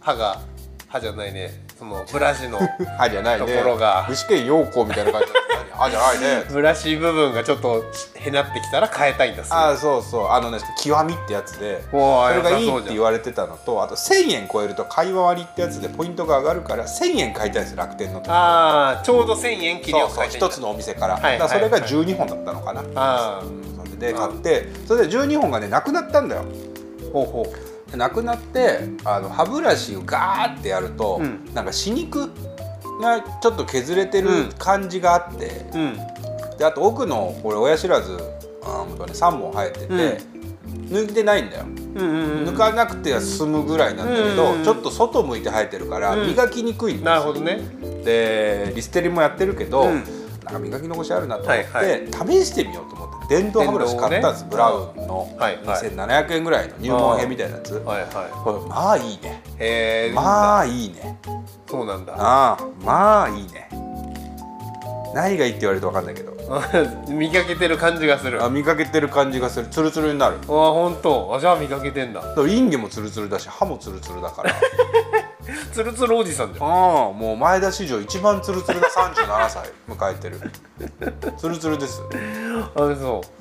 Speaker 2: 歯が歯じゃないねそのブラシ [LAUGHS] の
Speaker 1: 歯じゃないね
Speaker 2: ところが
Speaker 1: 具志堅用高みたいな感じだった [LAUGHS] 歯じゃないね
Speaker 2: ブラシ部分がちょっとへなってきたら変えたいんだ
Speaker 1: ああそうそうあのね極みってやつでそ
Speaker 2: おー
Speaker 1: れがいい
Speaker 2: 良さそう
Speaker 1: っ
Speaker 2: じゃん
Speaker 1: て言われてたのとあと1000円超えると買い割りってやつでポイントが上がるから1000円買いたいんですよ楽天の時
Speaker 2: ああちょうど1000円切り
Speaker 1: そ
Speaker 2: を
Speaker 1: うそう
Speaker 2: 変えて
Speaker 1: 一つのお店から,、
Speaker 2: はい
Speaker 1: だからそれが
Speaker 2: はい
Speaker 1: 12本だったのかな、
Speaker 2: あ
Speaker 1: それで買ってそれで12本がねなくなったんだよ
Speaker 2: あほうほう
Speaker 1: でなくなってあの歯ブラシをガーってやると、
Speaker 2: うん
Speaker 1: なんか歯肉がちょっと削れてる
Speaker 2: うん
Speaker 1: 感じがあって、
Speaker 2: うん
Speaker 1: であと奥のこれ親知らずあーほんとね3本生えてて、抜いてないんだよ、
Speaker 2: うんうん
Speaker 1: 抜かなくては済むぐらいなんだけど、
Speaker 2: うん
Speaker 1: ちょっと外向いて生えてるから
Speaker 2: うん
Speaker 1: 磨きにくいんですよ
Speaker 2: なるほどね
Speaker 1: でリステリンもやってるけど、
Speaker 2: うん
Speaker 1: なんか磨き残しあるなと思って、
Speaker 2: はい
Speaker 1: 試してみようと思って電動歯ブラシ買ったんです、
Speaker 2: 電
Speaker 1: ブ
Speaker 2: 動
Speaker 1: ラウ
Speaker 2: を
Speaker 1: ンの
Speaker 2: はいはい
Speaker 1: 2700円ぐらいの入門編みたいなやつ、
Speaker 2: はいは
Speaker 1: これまあいいね
Speaker 2: いへえ
Speaker 1: まあいいね
Speaker 2: そうなんだ [LAUGHS]
Speaker 1: ああまあいいね何がいいって言われると分かんないけど
Speaker 2: 見かけてる感じがする
Speaker 1: あ
Speaker 2: あ
Speaker 1: 見かけてる感じがするツルツルになる
Speaker 2: 本当あじゃあ見かけてんだ
Speaker 1: でもインゲもツルツルだし歯もツルツルだ
Speaker 2: [LAUGHS]
Speaker 1: から
Speaker 2: つるつるおじさんじゃん
Speaker 1: ああもう前田史上一番ツルツルな37歳迎えてるツルツルです
Speaker 2: あそ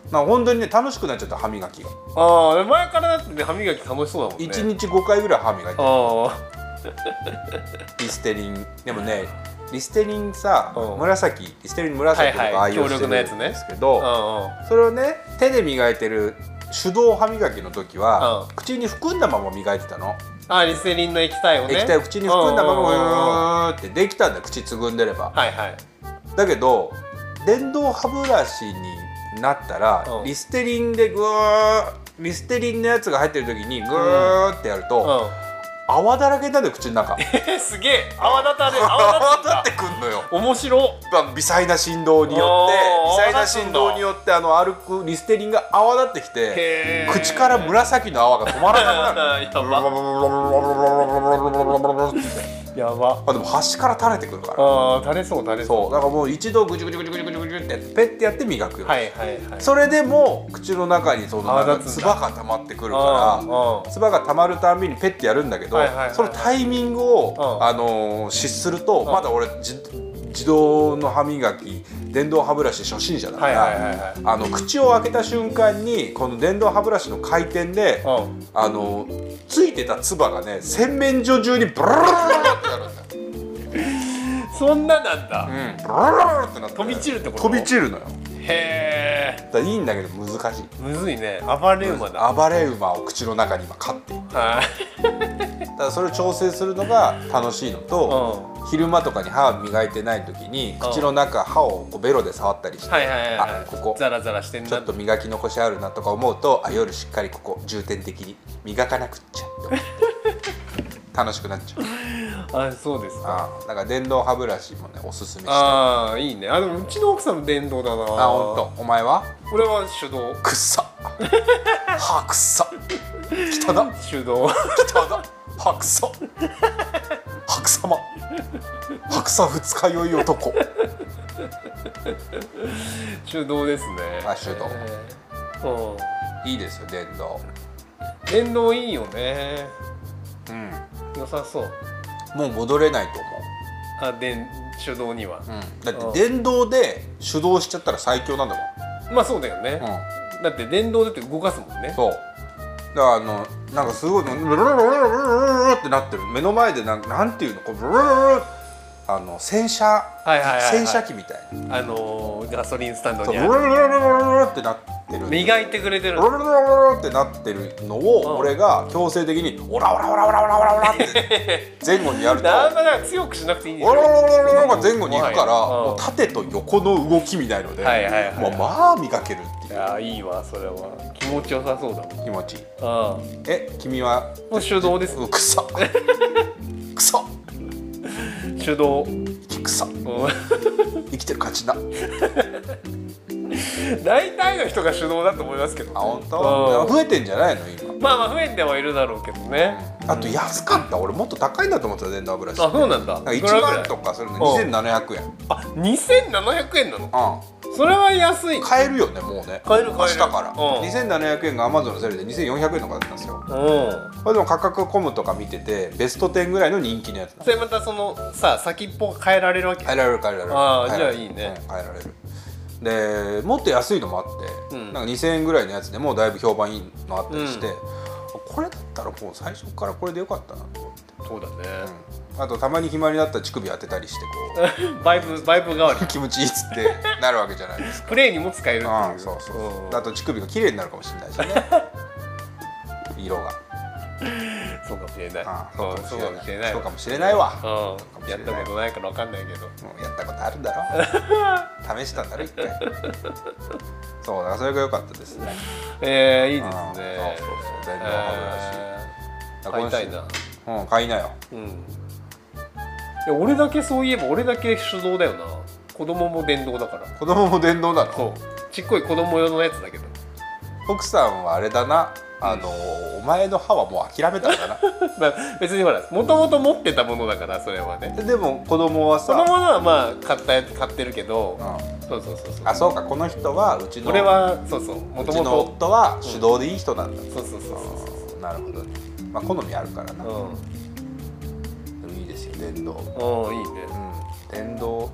Speaker 2: う
Speaker 1: な本当にね楽しくなっちゃった歯磨きが、
Speaker 2: ああ前からだってね歯磨き楽しそうだもんね
Speaker 1: 1日5回ぐらい歯磨いて
Speaker 2: あ
Speaker 1: リステリンでもねリステリンさ
Speaker 2: うん
Speaker 1: 紫リステリン紫と
Speaker 2: はい
Speaker 1: か
Speaker 2: は
Speaker 1: 愛
Speaker 2: い
Speaker 1: 用してる
Speaker 2: 強力なやつ
Speaker 1: ん
Speaker 2: ね
Speaker 1: ですけど、
Speaker 2: あうん
Speaker 1: それをね手で磨いてる手動歯磨きの時は、
Speaker 2: うん
Speaker 1: 口に含んだまま磨いてたの、
Speaker 2: あーリステリンの液体をね
Speaker 1: 液体を口に含んだま
Speaker 2: うんうんうんうん
Speaker 1: まうーってできたんだよ口つぐんでれば、
Speaker 2: はいはい
Speaker 1: だけど電動歯ブラシになったら、
Speaker 2: うん
Speaker 1: リステリンでグーリステリンのやつが入ってる時にグーってやると、
Speaker 2: う
Speaker 1: 泡だらけになるよ口の
Speaker 2: [LAUGHS]
Speaker 1: 中
Speaker 2: んえすげえ泡立たれ泡
Speaker 1: [LAUGHS] 泡
Speaker 2: 立つんだ
Speaker 1: 立ってくんのよ
Speaker 2: 面白
Speaker 1: まあ微細な振動によ
Speaker 2: おー
Speaker 1: って微細な
Speaker 2: 泡立つ
Speaker 1: 振
Speaker 2: んだ
Speaker 1: 動によってあの歩くリステリンが泡立ってきて
Speaker 2: へえ
Speaker 1: 口から紫の泡が止まらなくなる [LAUGHS]
Speaker 2: [LAUGHS] やばやば
Speaker 1: あでも端から垂れてくるから
Speaker 2: あー垂れそう垂れ
Speaker 1: そう
Speaker 2: そ
Speaker 1: だからもう一度ぐじゅぐじゅぐじゅぐじゅぐじゅってペッてやって磨くよ、
Speaker 2: うはいはいはい
Speaker 1: それでも口の中にその
Speaker 2: 泡
Speaker 1: なんか
Speaker 2: 立つん
Speaker 1: 唾
Speaker 2: だ
Speaker 1: が溜まってくる
Speaker 2: うん
Speaker 1: か
Speaker 2: うん
Speaker 1: ら唾が溜まるたんびにペッてやるんだけど、
Speaker 2: はいはいはいはい
Speaker 1: そのタイミングを、
Speaker 2: うん
Speaker 1: あのー失すると、
Speaker 2: ん
Speaker 1: まだ俺じ自動の歯磨き電動歯ブラシ初心者だから、
Speaker 2: はいはいはいはい
Speaker 1: あの口を開けた瞬間にこの電動歯ブラシの回転で、
Speaker 2: うん
Speaker 1: あのーついてた唾がね洗面所中にブルルルルルってなるんだよ
Speaker 2: そんななん
Speaker 1: う
Speaker 2: だ、
Speaker 1: ん、ブルルルルってなって
Speaker 2: 飛び散るってこと
Speaker 1: 飛び散るのよ
Speaker 2: へえ
Speaker 1: だからいいんだけど難しい
Speaker 2: むずいね暴れ馬だ、
Speaker 1: 暴れ馬を口の中に今飼っている
Speaker 2: はい
Speaker 1: だからそれを調整するのが楽しいのと、昼間とかに歯磨いてない時に口の中歯をこうベロで触ったりして、
Speaker 2: はいはいはいはい
Speaker 1: あここ
Speaker 2: ザラザラしてんな
Speaker 1: ちょっと磨き残しあるなとか思うとあ夜しっかりここ重点的に磨かなくっちゃって思って楽しくなっちゃう
Speaker 2: あそうですか
Speaker 1: あーなんか電動歯ブラシもねおすすめしてあ
Speaker 2: ああいいねあでもうちの奥さんも電動だな
Speaker 1: あほんとお前は
Speaker 2: 俺は手動
Speaker 1: くっさ歯くっさ汚っ
Speaker 2: 手動
Speaker 1: 汚っ歯くそ白様白さ二日酔い男
Speaker 2: [LAUGHS] 手動ですね
Speaker 1: あ手動
Speaker 2: 動うん
Speaker 1: いいですよ電動
Speaker 2: 電動いいよね
Speaker 1: うん
Speaker 2: 良さそう
Speaker 1: もう戻れないと思
Speaker 2: あ電手動には、
Speaker 1: う、うん、だって電動で手動しちゃったら最強なんだ
Speaker 2: まあそうだよね
Speaker 1: もん、、うん
Speaker 2: だって電動だって動かすもんね
Speaker 1: そうだからあのなんかすごいルルルルルルルルってなってる目の前でなんなんていうのこうルルルルルあの洗車、
Speaker 2: いはいはいはい
Speaker 1: 洗車機みたいな
Speaker 2: あのーガソリンスタンド
Speaker 1: そう
Speaker 2: に
Speaker 1: ル
Speaker 2: あ
Speaker 1: ル
Speaker 2: る
Speaker 1: ルルルルルってなってる
Speaker 2: 磨いてくれてる
Speaker 1: ロロロロロロってなってるのを俺が強制的にオラオラオラオラオラオラオラって前後にやると
Speaker 2: あんまなんか強くしなくていいんでし
Speaker 1: オ
Speaker 2: ょ
Speaker 1: ラオラオラオラオラが前後に行くから
Speaker 2: はい
Speaker 1: もう縦と横の動きみたいので
Speaker 2: はいはいはい
Speaker 1: もうまあ磨けるって
Speaker 2: い
Speaker 1: いう
Speaker 2: やいいわそれは気持ちよさそうだもん
Speaker 1: 気持ちいい
Speaker 2: あ
Speaker 1: え君は
Speaker 2: もう手動です
Speaker 1: く [LAUGHS] そくそ
Speaker 2: 手動
Speaker 1: くそ生きてる価値な
Speaker 2: [LAUGHS] 大体の人が手動だと思いますけど
Speaker 1: あ
Speaker 2: ま
Speaker 1: 本
Speaker 2: う
Speaker 1: 当
Speaker 2: ん
Speaker 1: 増えてんじゃないの今
Speaker 2: あまあ増えてはいるだろうけどね
Speaker 1: あと安かった俺もっと高いんだと思ってた電動歯ブラシ
Speaker 2: あそうなんだ
Speaker 1: なん
Speaker 2: い
Speaker 1: か
Speaker 2: く
Speaker 1: 1
Speaker 2: らぐら
Speaker 1: 万
Speaker 2: い
Speaker 1: とかするの
Speaker 2: うん
Speaker 1: 2700円
Speaker 2: あ2700円なの
Speaker 1: うん
Speaker 2: それは安いうん
Speaker 1: 買えるよねもうね
Speaker 2: 買える買える
Speaker 1: 明日から、
Speaker 2: うん
Speaker 1: 2700円が Amazon のセールで2400円とかだったんですよこれでも価格コムとか見ててベスト10ぐらいの人気のやつなの
Speaker 2: それまたそのさ先っぽが変えられるわけ
Speaker 1: 変えられる変えられる
Speaker 2: あー
Speaker 1: 変えられる
Speaker 2: じゃあいいね
Speaker 1: うん変えられるでもっと安いのもあって、
Speaker 2: うん
Speaker 1: なんか2000円ぐらいのやつでもうだいぶ評判いいのあったりして、これだったらもう最初からこれでよかったなと思って、
Speaker 2: そうだね
Speaker 1: うんあとたまに暇になったら乳首当てたりしてこ
Speaker 2: バイブバイブ代
Speaker 1: [LAUGHS]
Speaker 2: わり [LAUGHS]
Speaker 1: う気持ちいいっつってなるわけじゃないですか
Speaker 2: プレイにも使えるって
Speaker 1: あ
Speaker 2: [LAUGHS] い
Speaker 1: あ
Speaker 2: う
Speaker 1: そうそうそう、
Speaker 2: ん
Speaker 1: あと乳首が綺麗になるかもしれないしね
Speaker 2: [LAUGHS]
Speaker 1: 色が
Speaker 2: そうかもしれない
Speaker 1: ああ
Speaker 2: うんそうかもしれない
Speaker 1: そうかもしれないわ
Speaker 2: うんやったことないからわかんないけど
Speaker 1: もうやったことあるんだ
Speaker 2: [LAUGHS]
Speaker 1: ろ試したんだろ一回そうだからそれが良かったですね
Speaker 2: えー、いいです
Speaker 1: あ
Speaker 2: ね
Speaker 1: あそうそうそう電動歯
Speaker 2: えー買いたいな
Speaker 1: うん買いなよ
Speaker 2: うんいや俺だけそういえば俺だけ手動だよな子供も電動だから
Speaker 1: 子供も電動だろ
Speaker 2: そうちっこい子供用のやつだけど [LAUGHS]
Speaker 1: 奥さんはあれだなあの、お前の歯はもう諦めたんだな
Speaker 2: まあ別にほらもともと持ってたものだからそれはね
Speaker 1: [LAUGHS] ででも子供は
Speaker 2: 子
Speaker 1: さ
Speaker 2: 供のはまあ買ったやつ買ってるけど
Speaker 1: うん
Speaker 2: そうそうそうそう
Speaker 1: あそうかこの人はうちの
Speaker 2: 俺はそうそうも
Speaker 1: う
Speaker 2: と
Speaker 1: ち
Speaker 2: も
Speaker 1: の
Speaker 2: と
Speaker 1: 夫は手動でいい人なんだ、
Speaker 2: そうそうそうそ
Speaker 1: なるほどねまあ好みあるからな、
Speaker 2: ううん
Speaker 1: でもいいですよ電動
Speaker 2: うんいいね
Speaker 1: うん電動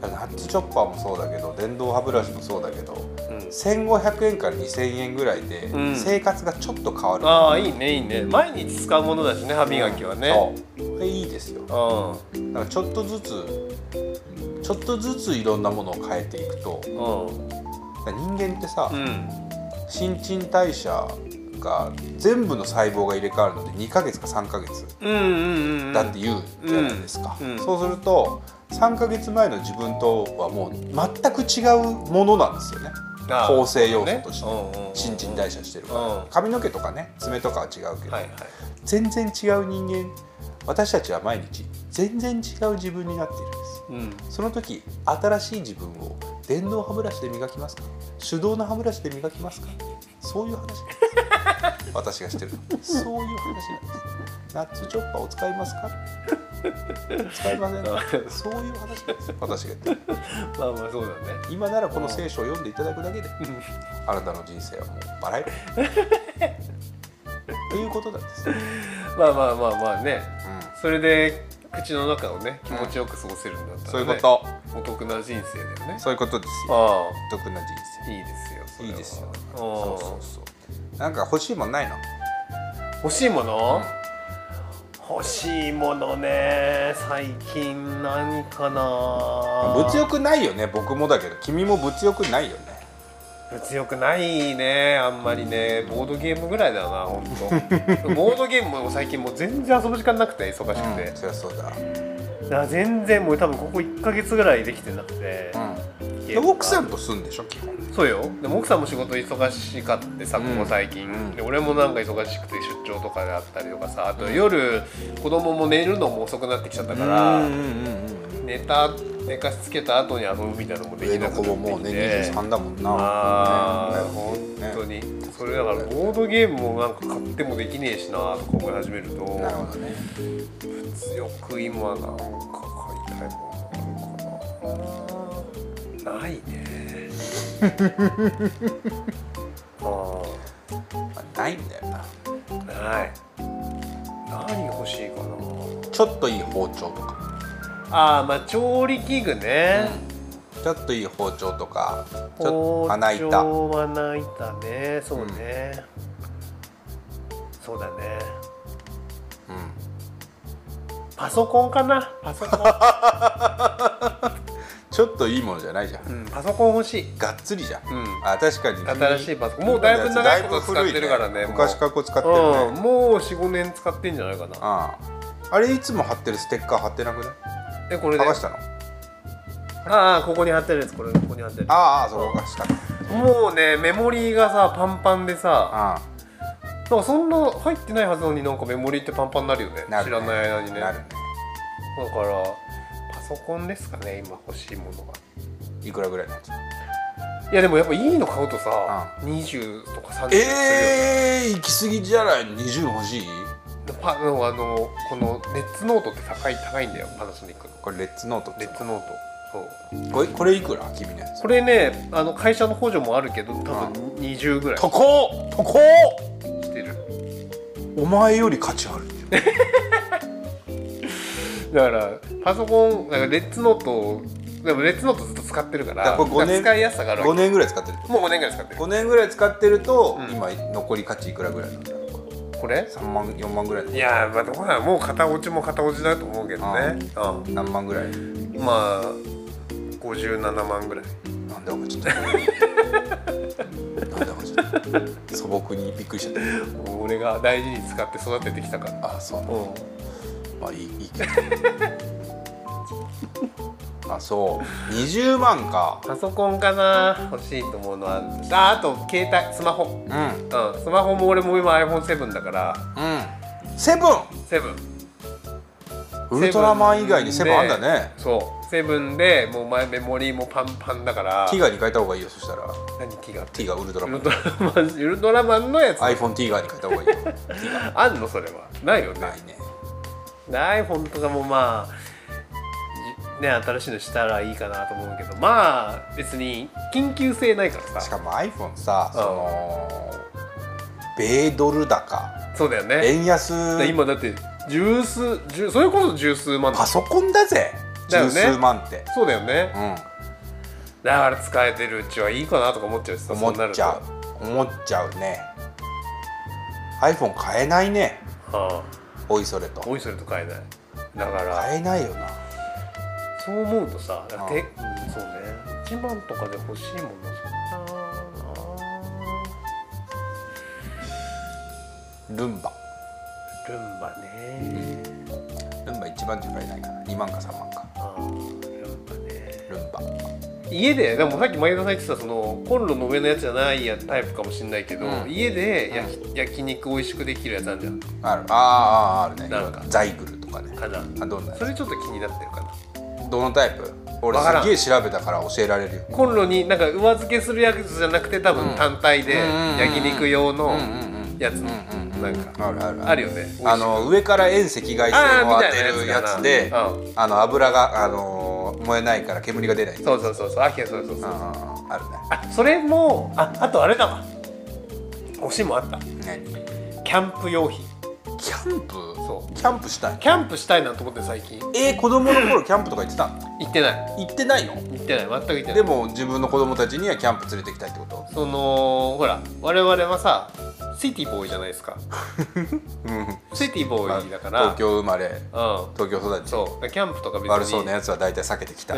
Speaker 1: ナッツチョッパーもそうだけど電動歯ブラシもそうだけど
Speaker 2: うん
Speaker 1: 1500円から2000円ぐらいで
Speaker 2: うん
Speaker 1: 生活がちょっと変わる、
Speaker 2: ああいいねいいね毎日使うものだしね歯磨きはね
Speaker 1: そうこれいいですよだ
Speaker 2: う
Speaker 1: からちょっとずつちょっとずついろんなものを変えていくとだ
Speaker 2: んうん
Speaker 1: から人間ってさ、
Speaker 2: うん
Speaker 1: 新陳代謝が全部の細胞が入れ替わるので2ヶ月か3ヶ月
Speaker 2: うんうんうん
Speaker 1: だって言うじゃないですか、
Speaker 2: うんうん
Speaker 1: そうすると3ヶ月前の自分とはもう全く違うものなんですよね
Speaker 2: ああ
Speaker 1: 構成要素として、
Speaker 2: そうねうんうんうん
Speaker 1: 新陳代謝してるから、
Speaker 2: うん
Speaker 1: 髪の毛とかね爪とかは違うけど、
Speaker 2: はいはい
Speaker 1: 全然違う人間私たちは毎日全然違う自分になっているんです
Speaker 2: うん
Speaker 1: その時新しい自分を電動歯ブラシで磨きますか手動の歯ブラシで磨きますかそういう話なんです
Speaker 2: [LAUGHS]
Speaker 1: 私がしてるそういう話なんですナッツチョッパーを使いますか使いません
Speaker 2: [LAUGHS]
Speaker 1: かそういう話なんです私が言ってる
Speaker 2: まあまあそうだね
Speaker 1: 今ならこの聖書を読んでいただくだけであなたの人生はもうバラ色っていうことなんです、うん、
Speaker 2: まあまあまあまあねそれで口の中をね気持ちよく過ごせるんだった
Speaker 1: そうい
Speaker 2: ら、
Speaker 1: う
Speaker 2: ね
Speaker 1: こと
Speaker 2: お得な人生だよね
Speaker 1: そういうことですよ
Speaker 2: あ
Speaker 1: お得な人
Speaker 2: あいいですよそ
Speaker 1: 生
Speaker 2: れ
Speaker 1: い
Speaker 2: はい
Speaker 1: ですよ
Speaker 2: うん
Speaker 1: そうそうそうなんか欲しいもんないの
Speaker 2: 欲しいもの、欲しいものね最近何かな
Speaker 1: 物欲ないよね僕もだけど君も物欲ないよね
Speaker 2: 物欲ないねあんまりねボードゲームぐらいだよな本
Speaker 1: [LAUGHS]
Speaker 2: 当ボードゲームも最近もう全然遊ぶ時間なくて忙しくて
Speaker 1: そりゃそうだ、
Speaker 2: だから全然もう多分ここ1か月ぐらいできてなくて、
Speaker 1: うん、
Speaker 2: ゲ
Speaker 1: で
Speaker 2: ームが
Speaker 1: 奥さんと住んでしょ基本
Speaker 2: そうよでも奥さんも仕事忙しかってさここ最近、
Speaker 1: うん
Speaker 2: で俺もなんか忙しくて出張とかであったりとかさあと夜子供も寝るのも遅くなってきちゃったから、
Speaker 1: うんうんうん
Speaker 2: 寝た寝かしつけた後に遊ぶみたいなのも
Speaker 1: うん
Speaker 2: で
Speaker 1: 上
Speaker 2: き
Speaker 1: の
Speaker 2: なくな
Speaker 1: 子
Speaker 2: って
Speaker 1: ももう
Speaker 2: きて
Speaker 1: ね23だもんな
Speaker 2: ああ、
Speaker 1: ねね
Speaker 2: 本当に、それだからボードゲームもなんか買ってもできねえしなとか思い始めると
Speaker 1: なるほどね
Speaker 2: 強く今なんか買いたいものかなない
Speaker 1: [LAUGHS]
Speaker 2: ねあ
Speaker 1: まあないんだよな
Speaker 2: あない何欲しいかな
Speaker 1: ちょっといい包丁とか
Speaker 2: ああまあ調理器具ね、
Speaker 1: ちょっといい包丁とかちょっと
Speaker 2: 包丁
Speaker 1: 花板
Speaker 2: はないたねそうね、そうだね
Speaker 1: うん
Speaker 2: パソコンかなパ
Speaker 1: [LAUGHS]
Speaker 2: ソコン、
Speaker 1: ちょっといいものじゃないじゃん、
Speaker 2: うん、パソコン欲しい、
Speaker 1: がっつりじゃん、
Speaker 2: うん、
Speaker 1: あ確かに
Speaker 2: 新しいパソコンもうだいぶ長いこと使ってるからね
Speaker 1: だいぶ古い
Speaker 2: もう
Speaker 1: 昔からこう使ってるね、
Speaker 2: うん、もう45年使ってんじゃないかな
Speaker 1: あああれいつも貼ってるステッカー貼ってなくない
Speaker 2: えこれで
Speaker 1: 剥
Speaker 2: あ
Speaker 1: がしたの
Speaker 2: あここに貼ってるやつこれここに貼ってる
Speaker 1: ああそう剥がしたの
Speaker 2: もうねメモリーがさパンパンでさ
Speaker 1: あ
Speaker 2: なんかそんな入ってないはずなのになんかメモリーってパンパンになるよね
Speaker 1: なるね
Speaker 2: 知らない間に
Speaker 1: あ
Speaker 2: ね
Speaker 1: なるね
Speaker 2: だからパソコンですかね今欲しいものが
Speaker 1: いくらぐらいのやつ
Speaker 2: いやでもやっぱいいの買うとさ、20とか30とかするよね、
Speaker 1: えー、行き過ぎじゃない20欲しい
Speaker 2: パあのあのこのレッツノートって高い高いんだよパナソニックの
Speaker 1: これレッツノートって
Speaker 2: レッツノートそう
Speaker 1: これこれいくら君のやつ
Speaker 2: これねあの会社の補助もあるけど多分20ぐらい
Speaker 1: とことこ
Speaker 2: してる
Speaker 1: お前より価値あるよ
Speaker 2: だからパソコンなんかレッツノートをでもレッツノートずっと使ってるから
Speaker 1: だからこれ5年
Speaker 2: なんか使いやすさがあるわけ
Speaker 1: 5年ぐらい使ってる
Speaker 2: もう5年ぐらい使ってる
Speaker 1: 5年ぐらい使ってると、
Speaker 2: うん
Speaker 1: 今残り価値いくらぐらいなんだろう
Speaker 2: これ
Speaker 1: 3万4万ぐらい
Speaker 2: いやーまあどうなのもう片落ちも片落ちだと思うけどねう
Speaker 1: 何万ぐらい
Speaker 2: んまあ57万ぐらい
Speaker 1: なんだこれちょっ [LAUGHS] となんだこれちょっと素朴にびっくりしちゃっ
Speaker 2: 俺が大事に使って育ててきたから
Speaker 1: たあそうなの
Speaker 2: うん
Speaker 1: まあいいいいけど [LAUGHS] あそう20万か
Speaker 2: パソコンかな欲しいと思うのはああと携帯スマホ
Speaker 1: うんうん
Speaker 2: うんスマホも俺も今 iPhone7 だから
Speaker 1: セブン
Speaker 2: 7
Speaker 1: ウルトラマン以外にセブンあんだ
Speaker 2: で
Speaker 1: ね
Speaker 2: そう7でもう前メモリーもパンパンだから
Speaker 1: ティガーに変えた方がいいよそしたら
Speaker 2: 何ティガ
Speaker 1: ティガーウルトラ
Speaker 2: ウ
Speaker 1: マ
Speaker 2: ル
Speaker 1: ン
Speaker 2: トラマンウルトラマンのやつ
Speaker 1: iPhone ティガーに変えた方がいいよ
Speaker 2: あんのそれはないよね
Speaker 1: ない
Speaker 2: [LAUGHS]
Speaker 1: ね
Speaker 2: iPhone とかもまあね新しいのしたらいいかなと思うけどまあ別に緊急性ないから
Speaker 1: しか
Speaker 2: さ
Speaker 1: も iPhone さ
Speaker 2: ん
Speaker 1: その米ドル高
Speaker 2: そうだよね
Speaker 1: 円安
Speaker 2: で今だって十数十それこそ十数万だ
Speaker 1: パソコンだぜ
Speaker 2: だよ
Speaker 1: 十
Speaker 2: ね
Speaker 1: 数万って、
Speaker 2: そうだよね
Speaker 1: う
Speaker 2: だから使えてるうちはいいかなとか思っちゃうしさ
Speaker 1: ん、思
Speaker 2: そうなる
Speaker 1: っ
Speaker 2: と
Speaker 1: ちゃう思っちゃうね iPhone 買えないね
Speaker 2: はあ
Speaker 1: おいそれと
Speaker 2: おいそれと買えないだから
Speaker 1: 買えないよな
Speaker 2: そう思うとさだって
Speaker 1: う
Speaker 2: うんそうね1万とかで欲しいものそんな
Speaker 1: ルンバ
Speaker 2: ルンバね
Speaker 1: ルンバ1万じゃ買えないかな2万か3万か
Speaker 2: あールンバね
Speaker 1: ルンバ
Speaker 2: 家ででもさっき前田さん言ってたそのコンロの上のやつじゃないやタイプかもしれないけど、
Speaker 1: うん
Speaker 2: 家で焼き焼肉美味しくできるやつあるじゃん
Speaker 1: あるあーあーあるね
Speaker 2: なんか
Speaker 1: ザイグルとかね
Speaker 2: かな
Speaker 1: あどんな
Speaker 2: それちょっと気になってるかな
Speaker 1: どのタイプ俺
Speaker 2: わからん
Speaker 1: すげえ調べたから教えられるよ
Speaker 2: コンロになんか上付けするやつじゃなくて多分単体で焼肉用
Speaker 1: う
Speaker 2: の
Speaker 1: んうん
Speaker 2: やつ
Speaker 1: うんうん
Speaker 2: なんか
Speaker 1: あるある
Speaker 2: あるよね
Speaker 1: あの上から遠赤外線を当てるやつで
Speaker 2: あーみたいなやつだなう
Speaker 1: あの油が、あのー燃えないから煙が出ないあ
Speaker 2: そうそうそうそうあいやそうそうそう
Speaker 1: あーあるね
Speaker 2: あそれもああとあれだわ欲しいもんあった
Speaker 1: 何
Speaker 2: キャンプ用品
Speaker 1: キャンプ
Speaker 2: そう
Speaker 1: キャンプしたい
Speaker 2: キャンプしたいなと思って最近
Speaker 1: えー、子供の頃キャンプとか行ってた
Speaker 2: 行ってない
Speaker 1: 行ってないの
Speaker 2: 行ってない全く行ってな
Speaker 1: で
Speaker 2: い
Speaker 1: も自分の子供たちにはキャンプ連れて行きたいってこと
Speaker 2: そのほら我々はさシティボーイじゃないですか
Speaker 1: うん
Speaker 2: シティボーイだから、
Speaker 1: 東京生まれ
Speaker 2: うん
Speaker 1: 東京育ち
Speaker 2: そうキャンプとか別に
Speaker 1: 悪そうなやつは大体避けて
Speaker 2: [LAUGHS]
Speaker 1: きた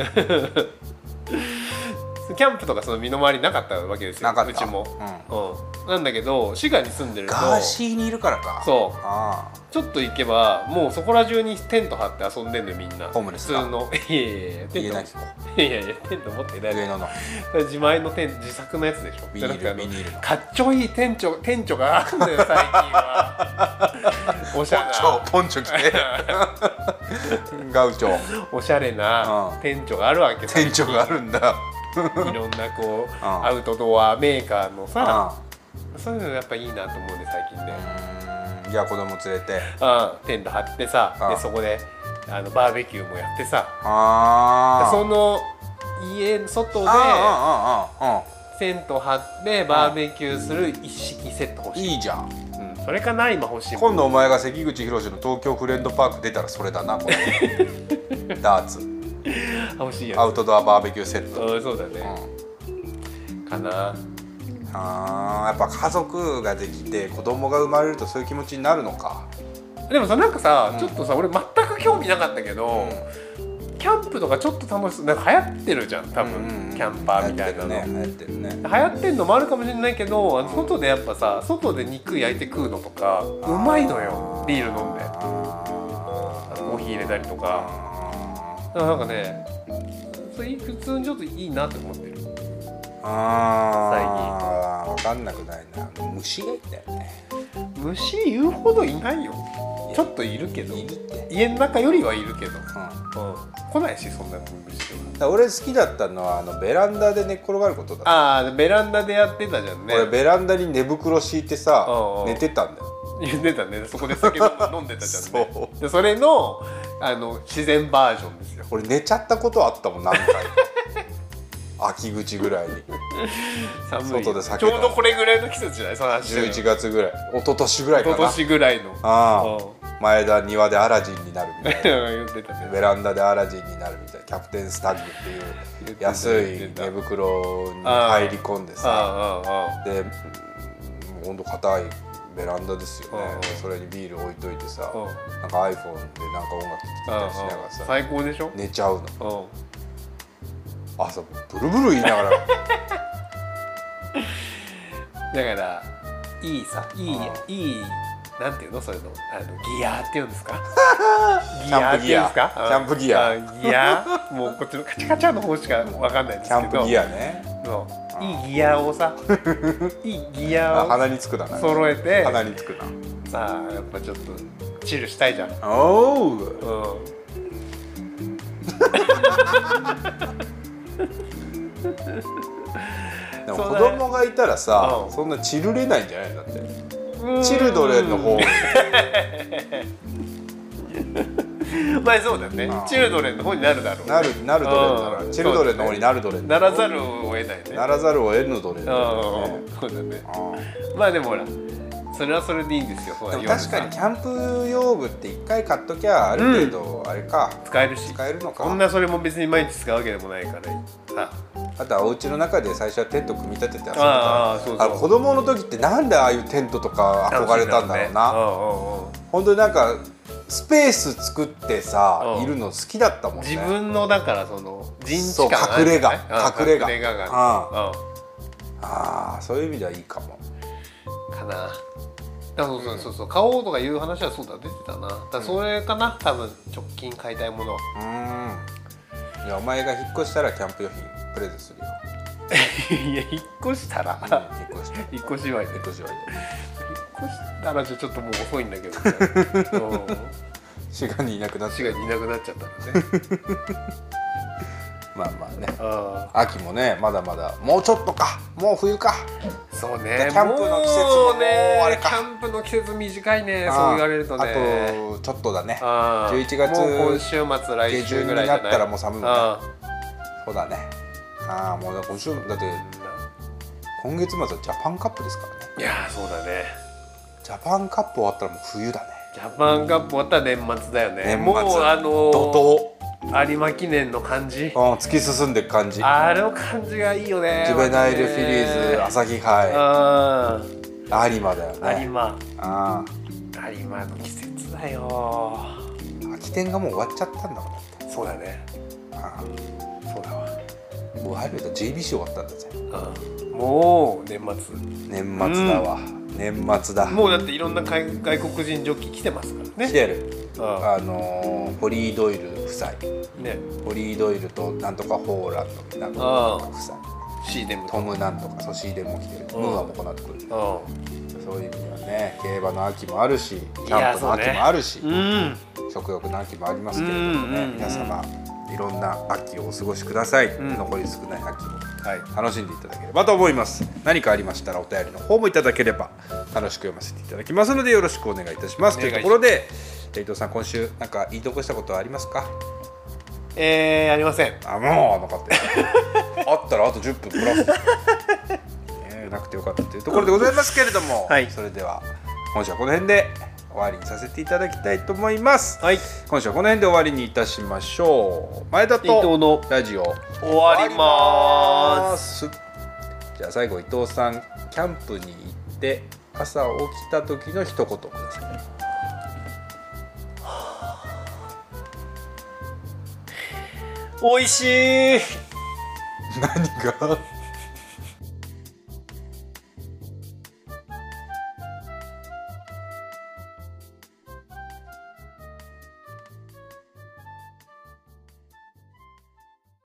Speaker 2: キャンプとかその身の回りなかったわけですよ
Speaker 1: なかった
Speaker 2: うちも、
Speaker 1: う
Speaker 2: うんなんだけど滋賀に住んでると
Speaker 1: ガーシーにいるからか
Speaker 2: そう
Speaker 1: あ
Speaker 2: ちょっと行けばもうそこら中にテント張って遊んでんのよみんな
Speaker 1: ホームレス
Speaker 2: 普
Speaker 1: か
Speaker 2: 通のいやいやいや
Speaker 1: あ家
Speaker 2: テン
Speaker 1: なき
Speaker 2: ト
Speaker 1: 子
Speaker 2: いやいやテント持ってない
Speaker 1: 上野の
Speaker 2: それ自前のテン自作のやつでしょ
Speaker 1: ビ
Speaker 2: じゃ
Speaker 1: ニ
Speaker 2: なくて
Speaker 1: ー
Speaker 2: あ
Speaker 1: ル
Speaker 2: の
Speaker 1: ビニールの
Speaker 2: かっちょいい店長店長があるんだよ最近は
Speaker 1: [LAUGHS]
Speaker 2: おしゃ
Speaker 1: 超
Speaker 2: な
Speaker 1: ポンチョ着て
Speaker 2: [LAUGHS]
Speaker 1: ガウチョ
Speaker 2: おしゃれな
Speaker 1: うん
Speaker 2: 店長があるわけさ
Speaker 1: 店長があるんだ
Speaker 2: いろんなこう、
Speaker 1: ん
Speaker 2: アウトドアメーカーのさ、
Speaker 1: う
Speaker 2: そういうのやっぱいいなと思うね最近ね、
Speaker 1: んじゃあ子供連れて
Speaker 2: うん、テント張ってさ、
Speaker 1: うん
Speaker 2: でそこであのバーベキューもやってさ、
Speaker 1: ああ
Speaker 2: その家の外で
Speaker 1: あああああ
Speaker 2: テント張ってバーベキューする一式セット欲
Speaker 1: あ
Speaker 2: しい、
Speaker 1: いいじゃん
Speaker 2: うんそれかな今欲しいもん
Speaker 1: 今度お前が関口宏の東京フレンドパーク出たらそれだなこれダーツ
Speaker 2: あ欲しい
Speaker 1: ア
Speaker 2: よ、
Speaker 1: ウトドアバーベキューセット、
Speaker 2: うん、そうだね、かな
Speaker 1: あーやっぱ家族ができて子供が生まれるとそういう気持ちになるのか
Speaker 2: でもさなんかさ、
Speaker 1: うん
Speaker 2: ちょっとさ俺全く興味なかったけど、キャンプとかちょっと楽しそうなんか流行ってるじゃん多分、
Speaker 1: うん
Speaker 2: キャンパーみたいなの、
Speaker 1: 流行ってるね流行ってるね
Speaker 2: 流行ってんのもあるかもしれないけどあの外でやっぱさ外で肉焼いて食うのとかうまいのよビール飲んであ
Speaker 1: あ
Speaker 2: のコーヒー入れたりとか
Speaker 1: ー
Speaker 2: だからなんかねそれ普通にちょっといいなって思ってる
Speaker 1: あー分かんなくないな虫がいたよね
Speaker 2: 虫言うほどいないよちょっといるけど
Speaker 1: いるって、うん、
Speaker 2: 家の中よりはいるけど、
Speaker 1: だか
Speaker 2: うん、来ないしそんな虫は
Speaker 1: ら俺好きだったのはあのベランダで寝っ転がることだった
Speaker 2: ああベランダでやってたじゃんね
Speaker 1: 俺ベランダに寝袋敷いてさ
Speaker 2: うんうん
Speaker 1: 寝てたんだよ
Speaker 2: 言ってたねそこで
Speaker 1: [LAUGHS]
Speaker 2: 酒飲む飲んでたじゃんね
Speaker 1: そう
Speaker 2: でそれのあの自然バージョンですよ
Speaker 1: 俺寝ちゃったことあったもん [LAUGHS] 何回か秋口ぐらいに
Speaker 2: 寒い
Speaker 1: 外で酒
Speaker 2: ちょうどこれぐらいの季節じゃないその話
Speaker 1: 11月ぐらい一昨年ぐらい
Speaker 2: 今
Speaker 1: かな
Speaker 2: 年ぐらいの
Speaker 1: あ
Speaker 2: うん [LAUGHS]
Speaker 1: あ前田庭でアラジンになるみたい
Speaker 2: 言ってた
Speaker 1: な
Speaker 2: ね
Speaker 1: ベランダでアラジンになるみたいなキャプテンスタッグって
Speaker 2: 言
Speaker 1: い
Speaker 2: って
Speaker 1: う
Speaker 2: た
Speaker 1: 安
Speaker 2: 言
Speaker 1: い
Speaker 2: ってた
Speaker 1: 寝袋に入り込んでさ
Speaker 2: あああ
Speaker 1: で温度硬いベランダですよね
Speaker 2: うんうん
Speaker 1: それにビール置いといてさ
Speaker 2: うん
Speaker 1: なんか iPhone でなんか音楽聴いたりしながら
Speaker 2: あ
Speaker 1: さ
Speaker 2: 最高でしょ
Speaker 1: 寝ちゃうの
Speaker 2: うん
Speaker 1: 朝ブルブル言いなが
Speaker 2: [LAUGHS]
Speaker 1: ら
Speaker 2: だからいいさいい
Speaker 1: あ
Speaker 2: いいなんていうのそういうのあのギアっていうんですか
Speaker 1: [LAUGHS] キャンプギア
Speaker 2: っていうんですか
Speaker 1: キャンプギア
Speaker 2: あギアもうこっちのカチャカチャの方しかわかんないんで
Speaker 1: キ
Speaker 2: すけど
Speaker 1: ャンプギアね
Speaker 2: そういいギア
Speaker 1: [LAUGHS]
Speaker 2: をさいいギア
Speaker 1: あ
Speaker 2: を
Speaker 1: 鼻につくだな
Speaker 2: 揃えて
Speaker 1: 鼻につくな
Speaker 2: さあやっぱちょっとチルしたいじゃんうん
Speaker 1: おおでも
Speaker 2: そう
Speaker 1: 子
Speaker 2: だね
Speaker 1: 供がいたらさ、
Speaker 2: うん
Speaker 1: そんなチルれないんじゃないだってチルドレンの方
Speaker 2: まあそうだね
Speaker 1: うん
Speaker 2: チルドレンの方になるだろう
Speaker 1: なるなるドレンだ
Speaker 2: う
Speaker 1: なんチルドレンの方になるドレン
Speaker 2: な
Speaker 1: だ
Speaker 2: らざるを得ないね
Speaker 1: ならざるを得ぬドレン
Speaker 2: う
Speaker 1: だよね
Speaker 2: んそうだね
Speaker 1: あ
Speaker 2: まあでもほらそれはそれでいいんですよほ
Speaker 1: ー
Speaker 2: ら
Speaker 1: でも確かに
Speaker 2: 夜
Speaker 1: キ
Speaker 2: さ
Speaker 1: ャンプ用具って一回買っときゃある程度あれか、
Speaker 2: 使えるし
Speaker 1: 使えるのか
Speaker 2: そんなそれも別に毎日使うわけでもないからさ
Speaker 1: あとはお家の中で最初はテント組み立てて遊んでた
Speaker 2: ああそうそう
Speaker 1: あ子供の時ってなんでああいうテントとか憧れたんだろうな
Speaker 2: な
Speaker 1: 本当になんかスペース作ってさ、
Speaker 2: うん
Speaker 1: いるの好きだったもんね
Speaker 2: 自分のだからその陣地感
Speaker 1: そう隠れ家
Speaker 2: ある
Speaker 1: 隠れ
Speaker 2: じゃな
Speaker 1: 家
Speaker 2: いうん隠れ家が
Speaker 1: あ
Speaker 2: ね
Speaker 1: ああそういう意味ではいいかも
Speaker 2: うんかなだからそうそうそうそう買おうとかいう話はそうだ出てたなだからそれかな多分直近買いた
Speaker 1: [LAUGHS]
Speaker 2: いものは
Speaker 1: うーんいやお前が引っ越したらキャンプ用品プレゼントする
Speaker 2: [LAUGHS]
Speaker 1: よ、
Speaker 2: いや引っ越したら
Speaker 1: うん引っ越して
Speaker 2: 引っ越し祝いで
Speaker 1: 引っ越しはい
Speaker 2: 引っ越したらじゃちょっともう遅いんだけ
Speaker 1: [LAUGHS]
Speaker 2: どねうん
Speaker 1: 滋賀にいなくなって
Speaker 2: 私がいなくなっちゃったのね
Speaker 1: まあまあね
Speaker 2: [LAUGHS] あ
Speaker 1: 秋もねまだまだもうちょっとかもう冬か
Speaker 2: ーそうね
Speaker 1: キャンプの季節も
Speaker 2: う
Speaker 1: もうあ
Speaker 2: ね
Speaker 1: れ
Speaker 2: キ
Speaker 1: か
Speaker 2: ャンプの季節短いね
Speaker 1: あ
Speaker 2: そう
Speaker 1: ー
Speaker 2: 言われるとね
Speaker 1: あとちょっとだね
Speaker 2: あー
Speaker 1: 11月
Speaker 2: もう今週末来週ぐらいじゃな
Speaker 1: 下旬に
Speaker 2: い
Speaker 1: なったらもう寒いもんね
Speaker 2: あ
Speaker 1: そうだねああもうだ今週だって
Speaker 2: ー
Speaker 1: 今月末はジャパンカップですからね
Speaker 2: いやーそうだね
Speaker 1: ジャパンカップ終わったらもう冬だね
Speaker 2: ジャパンカップ終わったら年末だよね
Speaker 1: 年末
Speaker 2: もうあの
Speaker 1: 怒
Speaker 2: ー、有馬記念の感じ
Speaker 1: 涛、うん、突き進んでいく感じ
Speaker 2: あの感じがいいよね
Speaker 1: ジュベナイルフィリーズ朝日杯
Speaker 2: あ
Speaker 1: 有馬だよ
Speaker 2: 有
Speaker 1: ね
Speaker 2: 馬
Speaker 1: あ
Speaker 2: 有馬の季節だよ
Speaker 1: あ秋天がもう終わっちゃったんだもんだって
Speaker 2: そうだね
Speaker 1: あ
Speaker 2: そうだわ
Speaker 1: あもう入ると JBC 終わったんだぜ
Speaker 2: うんもう年末
Speaker 1: 年末だわ、年末だ
Speaker 2: もうだっていろんな外外国人ジョッキー来てますから
Speaker 1: 来
Speaker 2: ね
Speaker 1: てるあのーホリー・ドイル夫妻
Speaker 2: うんね
Speaker 1: ホリー・ドイルとなんとかホーランドなんと
Speaker 2: あ
Speaker 1: か夫
Speaker 2: あ
Speaker 1: 妻
Speaker 2: シーデム
Speaker 1: トムなんとかソシーデンも来てる
Speaker 2: うん
Speaker 1: ムーアもこの後来る
Speaker 2: う
Speaker 1: そういう意味ではね競馬の秋もあるし
Speaker 2: い
Speaker 1: キャ
Speaker 2: や
Speaker 1: ンプの秋もあるし、
Speaker 2: んうん
Speaker 1: 食欲の秋もありますけれどもね、
Speaker 2: うんうんうん
Speaker 1: 皆様いろんな秋をお過ごしください、
Speaker 2: ん
Speaker 1: 残り少ない秋を
Speaker 2: はい
Speaker 1: 楽しんでいただければと思います何かありましたらお便りの方もいただければ楽しく読ませていただきますのでよろしくお願いいたします
Speaker 2: お
Speaker 1: とい
Speaker 2: 願いう
Speaker 1: とこ
Speaker 2: します
Speaker 1: ろで伊藤さん今週なんか言い残したことはありますか
Speaker 2: えー、ありません
Speaker 1: あもうなかったよ [LAUGHS] あったらあと10分プラス、ねえ、なくてよかったというところでございますけれども、
Speaker 2: [LAUGHS] はい
Speaker 1: それでは今週はこの辺で終わりにさせていただきたいと思います、
Speaker 2: はい
Speaker 1: 今週はこの辺で終わりにいたしましょう前田
Speaker 2: 伊藤
Speaker 1: と
Speaker 2: の
Speaker 1: ラジオ終
Speaker 2: 終わりまーす
Speaker 1: すじゃあ最後伊藤さんキャンプに行って朝起きた時の一言ください
Speaker 2: 美味しい
Speaker 1: [LAUGHS] 何が